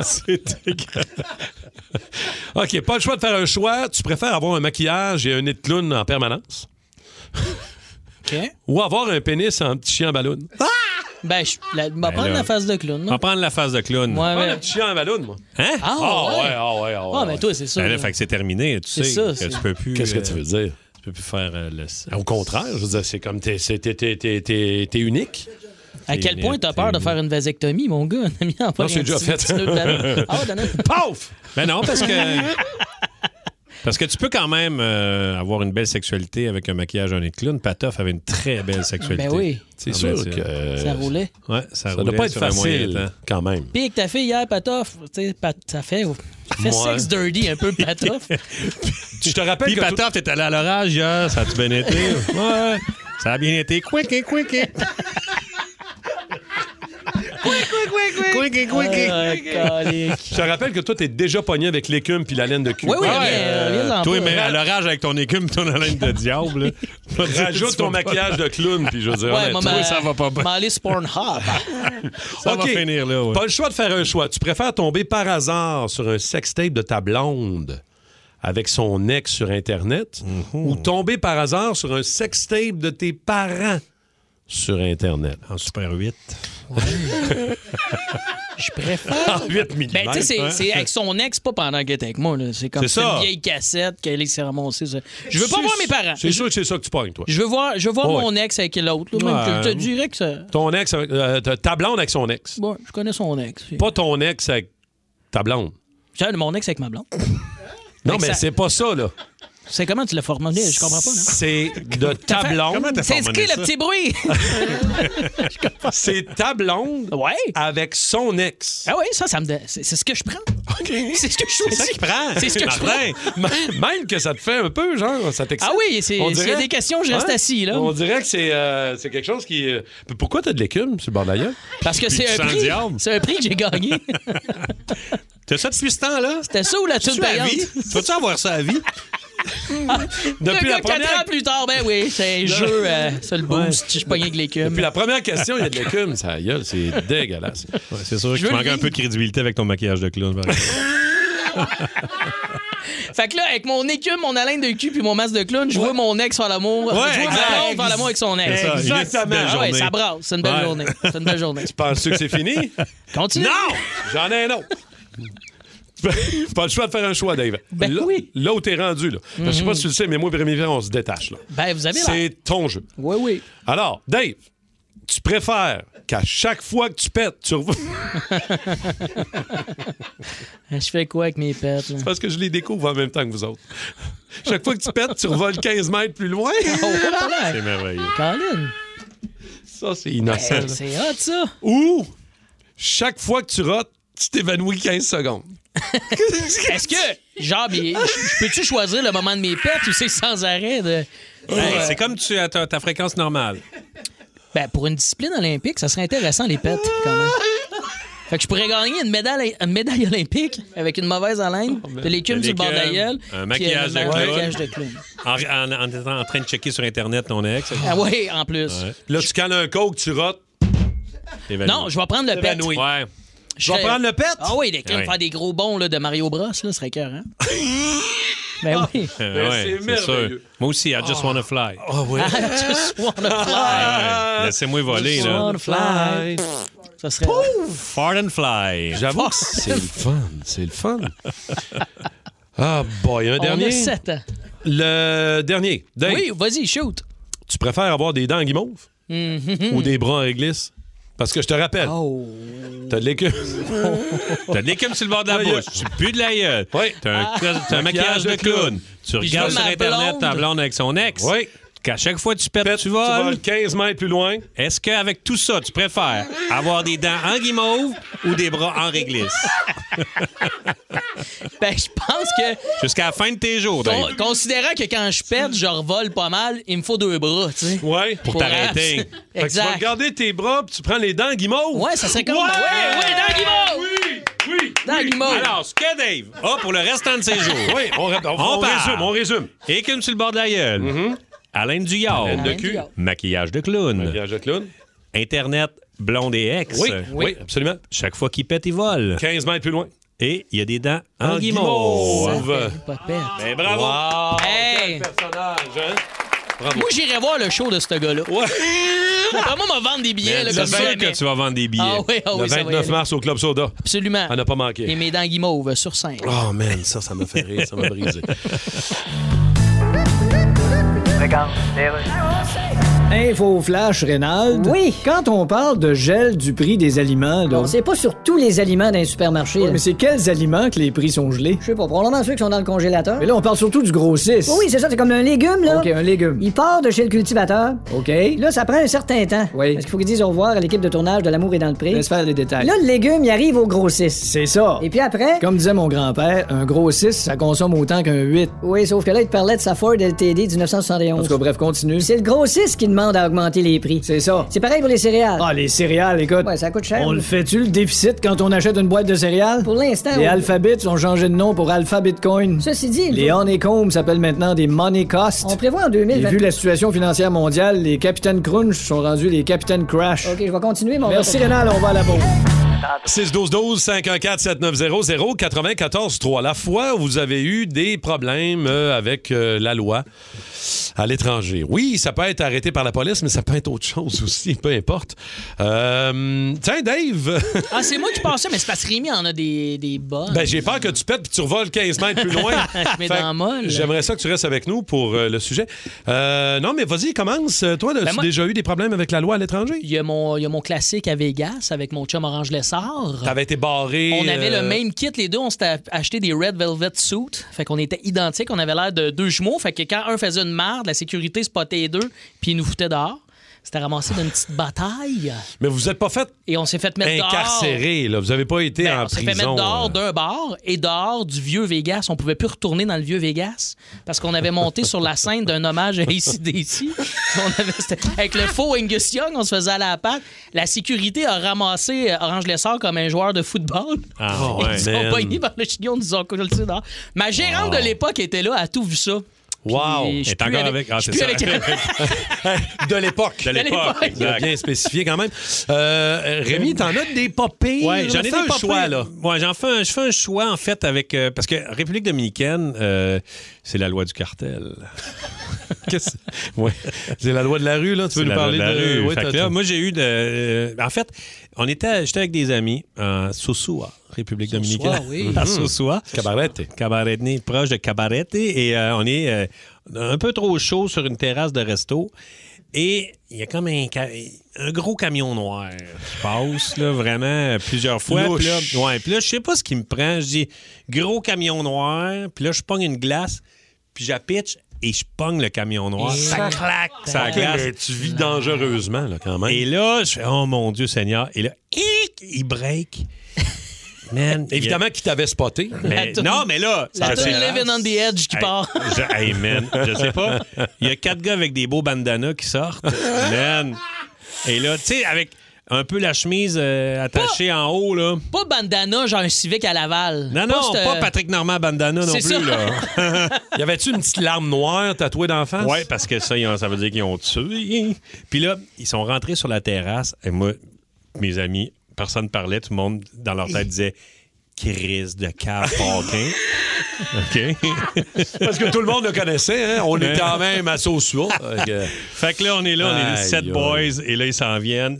C'est dégueulasse. OK, pas le choix de faire un choix. Tu préfères avoir un maquillage et un nez de clown en permanence? Ou avoir un pénis en petit chien en ballon?
Ben, je la- m'en prendre
là.
la face de clown,
On
non?
va prendre la phase de clown.
Ouais, ouais.
Un Ah, petit chien en ballon, moi.
Hein?
Ah, ouais.
ah ouais, ah ouais.
Ah, mais toi, c'est ça,
Ben là,
là.
fait que c'est terminé, tu
C'est
sais.
ça,
que
c'est-
tu peux plus.
Qu'est-ce que
euh,
tu veux dire?
Tu peux plus faire euh, le.
Au contraire, je veux dire, c'est comme t'es, c'est- t'es- t'es- t'es- t'es- t'es unique.
À quel point t'as peur de faire une vasectomie, mon gars? On a mis en
Non, c'est déjà fait. ben, ah
Ah,
Paf!
Ben non, parce que. Parce que tu peux quand même euh, avoir une belle sexualité avec un maquillage en nez de clown. Patoff avait une très belle sexualité.
Ben oui.
C'est
sûr
que- Ça roulait.
Ouais,
Ça
ça, roulait.
doit pas être
sur un moyen
facile,
temps.
quand même.
Pis que ta fille hier, Patoff, tu sais, Pat- ça fait, ça fait
Moi.
sex dirty un peu, Patoff.
Je te rappelle
Puis Patoff, t'es allé à l'orage hier. Ça a-tu bien été? ouais. Ça a bien été. Quick, quick, quick. hein. quick.
Quick, quick, quick.
Euh, Je te rappelle que toi, t'es déjà pogné avec l'écume puis la laine de cul.
Ouais,
Ah ouais.
euh, Toi, mais à l'orage avec ton écume ton haleine de diable. là.
Rajoute ton maquillage de clown, puis je veux dire,
Ouais,
honnêtement,
moi, ma-
ça va pas bien.
M'en aller sur Pornhub.
Ça va
OK.
finir là, ouais.
Pas le choix de faire un choix. Tu préfères tomber par hasard sur un sextape de ta blonde avec son ex sur Internet ou tomber par hasard sur un sextape de tes parents sur Internet?
En Super 8.
Je préfère.
En 8 mm.
Ben, tu sais, c'est- c'est avec son ex, pas pendant qu'elle était avec moi. là. C'est comme
C'est
c'est
ça.
une vieille cassette qu'elle s'est ramassée. ça. Je veux pas voir mes parents.
C'est sûr que c'est ça que tu pognes, toi. Oh,
Je veux voir, je veux voir
Ouais.
mon ex avec l'autre. là, Même
Ouais.
que je te dirais que ça.
Ton ex, avec- euh, ta ta blonde avec son ex.
Bon, je connais son ex.
Pas ton ex avec ta blonde.
J'ai mon ex avec ma blonde.
Non,
Avec
mais
sa-
c'est pas ça, là.
C'est comment tu l'as formulé? Je comprends pas, non?
C'est de ta blonde.
C'est ce qu'est le petit bruit?
C'est ta blonde avec son ex.
Ah oui, ça, ça me. dé- C'est c'est ce que je prends. C'est ce que je choisis.
C'est ça qu'il prend.
C'est ce que je
Martin,
prends.
m- Même que ça te fait un peu, genre, ça t'excite.
Ah oui, c'est-
On
s'il y a
dirait-
des questions, je reste assis, là.
On dirait que c'est euh, c'est quelque chose qui. euh, Pourquoi t'as de l'écume sur le bord de la gueule?
Parce que
Puis
c'est
tu
un
sens le
prix.
diable.
C'est un prix que j'ai gagné.
T'as ça depuis ce temps-là?
C'était ça ou la
Tu
tune
as
payante?
vie? Tu vas-tu avoir ça à vie?
Depuis
Depuis
la
la première-
ans plus tard, ben oui, c'est un jeu, euh, ça le boost. Je suis pogné avec l'écume.
Puis la première question, il y a de l'écume, ça gueule, c'est dégueulasse.
c'est sûr
Je
que
veux
tu
le
manques un
vivre.
peu de crédibilité avec ton maquillage de clown. par exemple.
Fait que là, avec mon écume, mon haleine de cul puis mon masque de clown, je vois mon ex faire l'amour.
Ouais,
je vois
exact.
ma blonde faire l'amour avec son ex.
C'est ça, une
Exactement.
belle
Ah ouais,
journée.
ça brasse. C'est une belle
Ouais.
journée. C'est une belle journée.
Penses-tu que c'est fini?
Continue.
Non! J'en ai un autre. Pas le choix de faire un choix, Dave.
Ben
là,
oui.
là où t'es rendu, là. Parce que Je sais pas si tu le sais, mais moi, et Rémi Pierre, on se détache, là.
Ben, vous avez l'air.
C'est ton jeu.
Oui, oui.
Alors, Dave, tu préfères qu'à chaque fois que tu pètes, tu revois.
Euh, Je fais quoi avec mes pets? là?
C'est parce que je les découvre en même temps que vous autres. Chaque fois que tu pètes, tu revoles 15 mètres plus loin.
Ah, ouais.
c'est merveilleux.
Colin.
Ça, c'est innocent.
Hey, c'est hot, ça.
Ou, chaque fois que tu rotes, tu t'évanouis 15 secondes.
Est-ce que, genre, mais je- peux-tu choisir le moment de mes pets ou c'est sans arrêt de.
Hey,
Euh,
c'est comme tu as ta, ta fréquence normale.
Ben, pour une discipline olympique, ça serait intéressant, les pets, quand même. Fait que je pourrais gagner une médaille, une médaille olympique avec une mauvaise haleine,
Ah,
de l'écume
Des
du bord de la
queues, ben, Un
gueule, puis, euh,
maquillage,
un maquillage
de
de
clown.
clown.
En, en- en étant en train de checker sur Internet ton ex.
Ah oui, en plus.
Ouais.
Là, tu cales un coke, tu rotes.
T'évanouis.
Non, je vais prendre le pet.
T'évanouis. Ouais.
Je vais
prendre le pet?
Ah oui, les clowns
Ouais.
faire des gros bons là, de Mario Bros, là, ce serait cœur, hein? ben oui.
Euh, ouais,
c'est
c'est sûr.
merveilleux.
Moi aussi, I just wanna fly.
Oh oui.
Just wanna fly.
Ouais, Laissez-moi voler,
Just
là.
wanna fly. Ça serait.
Fart and fly.
J'avoue que c'est le fun. C'est le fun. Ah, boy, un
On
dernier.
a sept ans.
Le dernier. Dave,
Oui, vas-y, shoot.
tu préfères avoir des dents en guimauve ou
Hmm.
des bras en réglisse? Parce que je te rappelle,
Oh.
t'as de l'écume.
T'as de l'écume sur le bord de la bouche. Tu pues de la gueule. T'as
Ah.
un, t'as un maquillage de clown. Tu
Puis je
regardes
vois
sur
ma
Internet ta
blonde.
blonde avec son ex.
Oui.
Qu'à chaque fois que tu pètes, tu voles.
tu voles 15 mètres plus loin.
Est-ce qu'avec tout ça, tu préfères avoir des dents en guimauve ou des bras en réglisse?
Ben, je pense que.
Jusqu'à la fin de tes jours,
Ben,
Con-
Dave.
considérant que quand je pète, je revole pas mal, il me faut deux bras, tu sais.
Ouais.
Pour t'arrêter.
Fait que
abs-
tu vas
exact.
regarder tes bras, puis tu prends les dents en guimauve.
Ouais, ça serait comme.
Ouais!
Ouais, ouais, dans Guimauve!
Oui, oui.
Dans Guimauve.
Alors, ce que Dave a pour le restant de ses jours.
Oui, on, ré- on- on résume, on résume. Mm-hmm.
Écume sur le bord de la gueule. Alain Duyard.
Haleine de Haleine cul. du yard.
Maquillage de clown.
Maquillage de clown.
Internet blonde et ex.
Oui, oui, absolument.
Chaque fois qu'il pète, il vole.
15 mètres plus loin.
Et il y a des dents en,
En guimauve.
guimauve.
Ça
Pas pète.
Ben, bravo.
Wow.
Hey!
Personnage, hein? Bravo.
Moi, j'irais voir le show de ce gars-là.
Ouais.
Moi, me vendre des billets, là,
C'est
comme
sûr
ça. mais-
que tu vas vendre des billets.
Ah oui, ah oui,
le
ça va y
29
aller.
mars au Club Soda.
Absolument.
Elle n'a pas manqué.
Et mes dents guimauves euh, sur scène.
Oh man, ça, ça m'a fait rire, ça m'a brisé.
Ah,
Info flash, Reynald. Oui. Quand on parle de gel du prix des aliments, là,
C'est pas sur tous les aliments d'un supermarché.
Ouais, mais c'est quels aliments que les prix sont gelés?
Je sais pas, probablement ceux qui sont dans le congélateur.
Mais là, on parle surtout du gros 6.
Oui, c'est ça, c'est comme un légume, là.
OK, un légume.
Il part de chez le cultivateur.
OK.
Là, ça prend un certain temps.
Oui. Ben,
Parce qu'il faut qu'ils disent au revoir à l'équipe de tournage de L'amour et dans le pré.
Laisse faire les détails.
Là, le légume, il arrive au gros 6.
C'est ça.
Et puis après,
Comme disait mon grand-père, un gros 6, ça consomme autant qu'un 8.
oui, sauf que là, il te parlait de sa Ford LTD du 1971.
En tout cas, bref, continue.
C'est le gros 6 qui demande à augmenter les prix.
C'est ça.
C'est pareil pour les céréales.
Ah, les céréales, écoute.
Ouais, ça coûte cher.
on le fait-tu, le déficit, quand on achète une boîte de céréales?
Pour l'instant,
Les
on-
Alphabets ont changé de nom pour Alpha Bitcoin.
Ceci dit, il
Les
faut-
Honeycomb s'appellent maintenant des Money Cost.
on prévoit en
Et
2020.
vu la situation financière mondiale, les Capitaines Crunch sont rendus les Capitaines Crash.
OK, je vais continuer mon
Merci Rénal, on va à la pause.
612-12-514-7900-94-3. La fois où vous avez eu des problèmes euh, avec euh, la loi, à l'étranger. Oui, ça peut être arrêté par la police, mais ça peut être autre chose aussi, peu importe. Euh, tiens, Dave!
Ah, c'est moi qui pensais, mais c'est parce que Rémi en a des, des bonnes.
Ben, j'ai peur que tu pètes puis tu revoles 15 mètres plus loin.
Je mets
Fait
dans
que
molle.
J'aimerais ça que tu restes avec nous pour euh, le sujet. Euh, non, mais vas-y, commence. Euh, Toi, as
Ben, moi-
déjà eu des problèmes avec la loi à l'étranger?
Il y, a mon, il y a mon classique à Vegas avec mon chum Orange Lessard.
T'avais été barré.
On avait
euh,
le même kit, les deux. On s'était acheté des Red Velvet suits. Fait qu'on était identiques. On avait l'air de deux jumeaux. Fait que quand un faisait une merde, la sécurité spottait les deux, puis ils nous foutait dehors. C'était ramassé d'une petite bataille.
Mais vous n'êtes pas fait
Et on s'est fait mettre dehors. Ben,
incarcéré, là. Vous n'avez pas été en
On s'est
prison.
fait mettre
euh.
dehors d'un bar et dehors du vieux Vegas. On pouvait plus retourner dans le vieux Vegas parce qu'on avait monté sur la scène d'un hommage à ACDC. On avait- c'était- avec le faux Angus Young, on se faisait aller à la patte. La sécurité a ramassé euh, Orange Lessard comme un joueur de football.
Ah,
Ils
ouais,
nous ont
man.
pogné par le chignon, ils nous ont collé dehors. Ma gérante de l'époque était là, a tout vu ça. Puis,
Wow!
je suis
Est
plus
encore avec-
avec-
ah,
je suis
c'est
plus
ça.
avec-
De l'époque.
De l'époque,
Il a
exact.
bien spécifié quand même. Euh, Rémi, t'en as des pas pires.
Ouais, j'en ai
Fais un
des pas
choix,
pires.
là.
Ouais, j'en fais un, je fais un choix, en fait, avec. euh, parce que République dominicaine, euh, c'est la loi du cartel. Qu'est-ce que- ouais.
C'est la loi de la rue, là. Tu veux nous
C'est la
parler de
loi de la rue.
Ouais,
Fait que
t'as-
là, moi, j'ai eu de. euh, en fait, on était, j'étais avec des amis en Sosua, République dominicaine.
oui.
À
Mhm.
Sosua. Cabarete. Cabarete, proche de Cabarete. Et euh, on est euh, un peu trop chaud sur une terrasse de resto. Et il y a comme un, ca- un gros camion noir qui passe, là, vraiment, euh, plusieurs fois. Puis là,
Louche.
ouais, puis là, je sais pas ce qui me prend. Je dis gros camion noir. Puis là, je pogne une glace. Puis j'appitche et je pogne le camion noir.
Et
Ça claque. Ça
Ok,
glace.
mais tu vis dangereusement, là, quand même.
Et là, je fais, oh mon Dieu Seigneur. Et là, hic, il break. Man,
Évidemment
qu'il t'avait spoté.
La toune-
non, mais
Ah,
là,
La
je
tune
sais-
Living on the Edge qui
Hey,
part.
je- hey, man, je sais pas. Il y a quatre gars avec des beaux bandanas qui sortent. Man. Et là, tu sais, avec un peu la chemise euh, attachée en haut, là.
Pas bandana, genre un civique à Laval. euh,
Non, non,
c'te-
pas euh, Patrick Normand bandana non
C'est
plus,
ça.
là. y avait-tu une petite larme noire tatouée d'en face? Oui, parce que ça, ils ont- ça veut dire qu'ils ont tué. Puis là, ils sont rentrés sur la terrasse. Et moi, mes amis, personne ne parlait. Tout le monde, dans leur tête, disait « Crise de cave, Paquin. » OK.
Parce que tout le monde le connaissait, hein? On est quand même à Sosua. Fait que-
Fait que là, on est là, on est les
Aïe,
sept
aïe.
boys, et là, ils s'en viennent.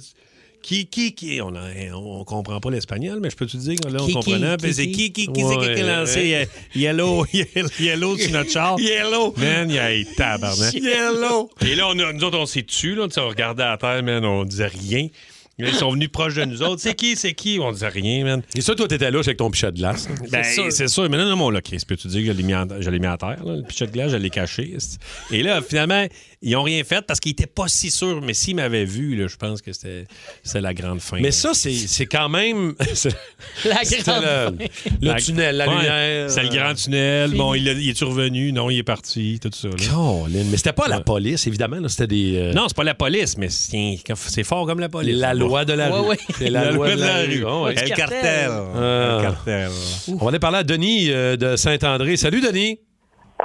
Qui, qui, qui? On, a- on comprend pas l'espagnol, mais je peux te dire que là, on
Qui, qui,
comprenait.
qui,
Puis c'est
qui?
qui, qui, qui, c'est qui
Ouais,
qui a lancé
ouais.
euh, yellow, yellow, yellow sur notre char?
Yellow.
Man, il y a tabarnak.
Yellow.
Et là, on a- nous autres, on s'est tués, là. Tu sais, On regardait à terre, man, on disait rien. Là, ils sont venus proches de nous autres. C'est qui, c'est qui? On disait rien, man. Et ça, toi, t'étais là avec ton pichet de glace. Ben,
C'est sûr.
c'est sûr. Mais non, non, mon là, Chris, peux-tu dire que je l'ai mis, en- je l'ai mis à terre, là, le pichet de glace, je l'ai caché. esti. Et là, finalement, ils n'ont rien fait parce qu'ils n'étaient pas si sûrs. Mais s'ils m'avaient vu, là, je pense que c'était c'était la grande fin.
Mais ça, c'est c'est quand même. c'est-
La
c'était
grande
le,
fin.
le
La-
tunnel, la
Ouais,
lumière.
C'est le grand tunnel.
Fini.
Bon, il, a- il est revenu? Non, il est parti, tout ça. là.
Colin, mais c'était pas la
Ouais.
police, évidemment. là, C'était des. euh,
Non, c'est pas la police, mais c'est c'est fort comme la police.
La loi de la
Ouais,
rue.
ouais.
C'est la, loi de la rue. Oh, ouais.
El cartel.
Ah.
El cartel.
On va aller parler à Denis euh, de Saint-André. Salut, Denis.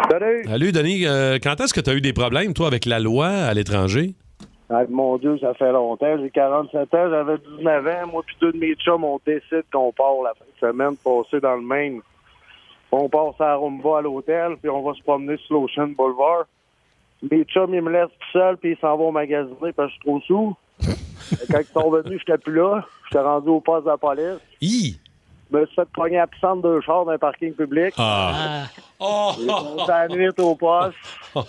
Salut.
Salut, Denis. Euh, quand est-ce que tu as eu des problèmes, toi, avec la loi à l'étranger?
Ah, mon Dieu, ça fait longtemps. J'ai 47 ans, j'avais 19 ans. Moi puis deux de mes chums, on décide qu'on part la fin de semaine passer dans le Maine. On passe à Rumba à l'hôtel, puis on va se promener sur l'Ocean Boulevard. Mes chums, ils me laissent tout seul, puis ils s'en vont magasiner parce que je suis trop sous. Quand ils sont venus, j'étais plus là. J'étais rendu au poste de la police.
Hi!
Je me suis fait pogner à pissante deux chars d'un parking public.
Ah.
Oh! la nuit au poste.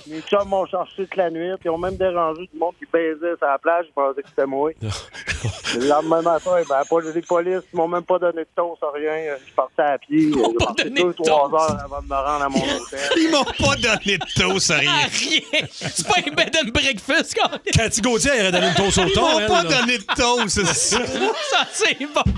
Les chums m'ont cherché toute la nuit. Puis ils ont même dérangé du monde qui baisait sur la plage. Ils pensaient que c'était moi. le lendemain matin, ben, la police- les polices ils m'ont même pas donné de toast, rien. Je partais à pied. J'ai parti deux, trois heures avant de me rendre à mon hôtel.
Ils m'ont pas donné de toast, sérieux.
Ah, Rien. C'est pas un bed and breakfast, quand
Cathy Gauthier, elle aurait donné une toast au thon.
Ils m'ont
elle,
pas
là.
donné de toast. c'est-
Ça, c'est bon.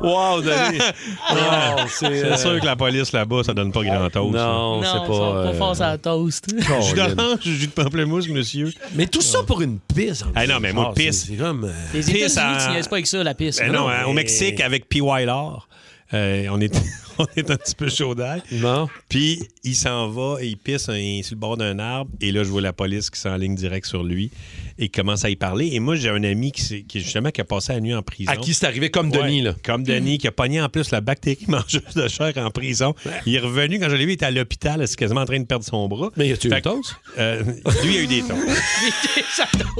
Wow, Denis.
Ah,
c'est
C'est
euh,
sûr que la police là-bas, ça donne pas grand
Non,
toast.
euh,
non, ils sont pas forts à la toast.
Jus d'orange, jus de pamplemousse, monsieur.
Mais tout ça pour une pisse.
Ah non, mais moi,
Ah,
pisse.
C'est c'est comme. euh,
Les
Pisse
États-Unis,
en-
tu niaises pas avec ça, la piste.
Ben non, hein, au Mexique, avec P.Y. Lahr, euh, on, était, on est un petit peu chaud d'ail. Non. Puis il s'en va et il pisse un- sur le bord d'un arbre. Et là, je vois la police qui s'enligne direct sur lui et qui commence à y parler. Et moi, j'ai un ami qui, s'est- qui, justement qui a passé la nuit en prison.
À qui c'est arrivé comme Denis, là.
Comme Denis, qui a pogné en plus la bactérie mangeuse de chair en prison. Il est revenu, quand je l'ai vu, il était à l'hôpital, c'est quasiment en train de perdre son bras. Mais il a eu des tons? lui, il a eu des tons.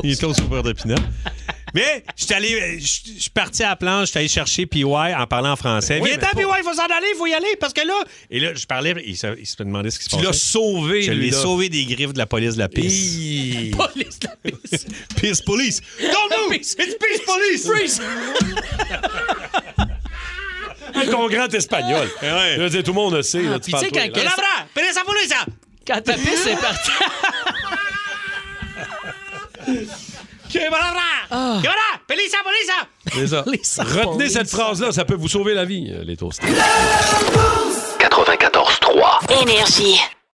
Il était au soupeur de pinot. Mais je suis allé- je je suis parti à la planche, je suis allé chercher PY en parlant en français.
Oui,
Viens
mais
t'en, PY, il faut s'en aller, il faut y aller, parce que là. Et là, je parlais, il se, il se demandait ce qui se passait.
l'as sauvé,
Je
lui,
l'ai
là.
sauvé des griffes de la police de la piste.
Police, la
Ah,
police.
Peace police. Don't move. It's peace police.
Freeze.
Avec ton grand espagnol. Je veux dire, tout le monde le sait. là,
Ah, puis tu sais,
parles-toi,
quand
là.
que- Quand ta piste est partie.
Ah.
C'est ça. Retenez cette phrase-là, ça peut vous sauver la vie, euh, les toastés.
94-3. Énergie.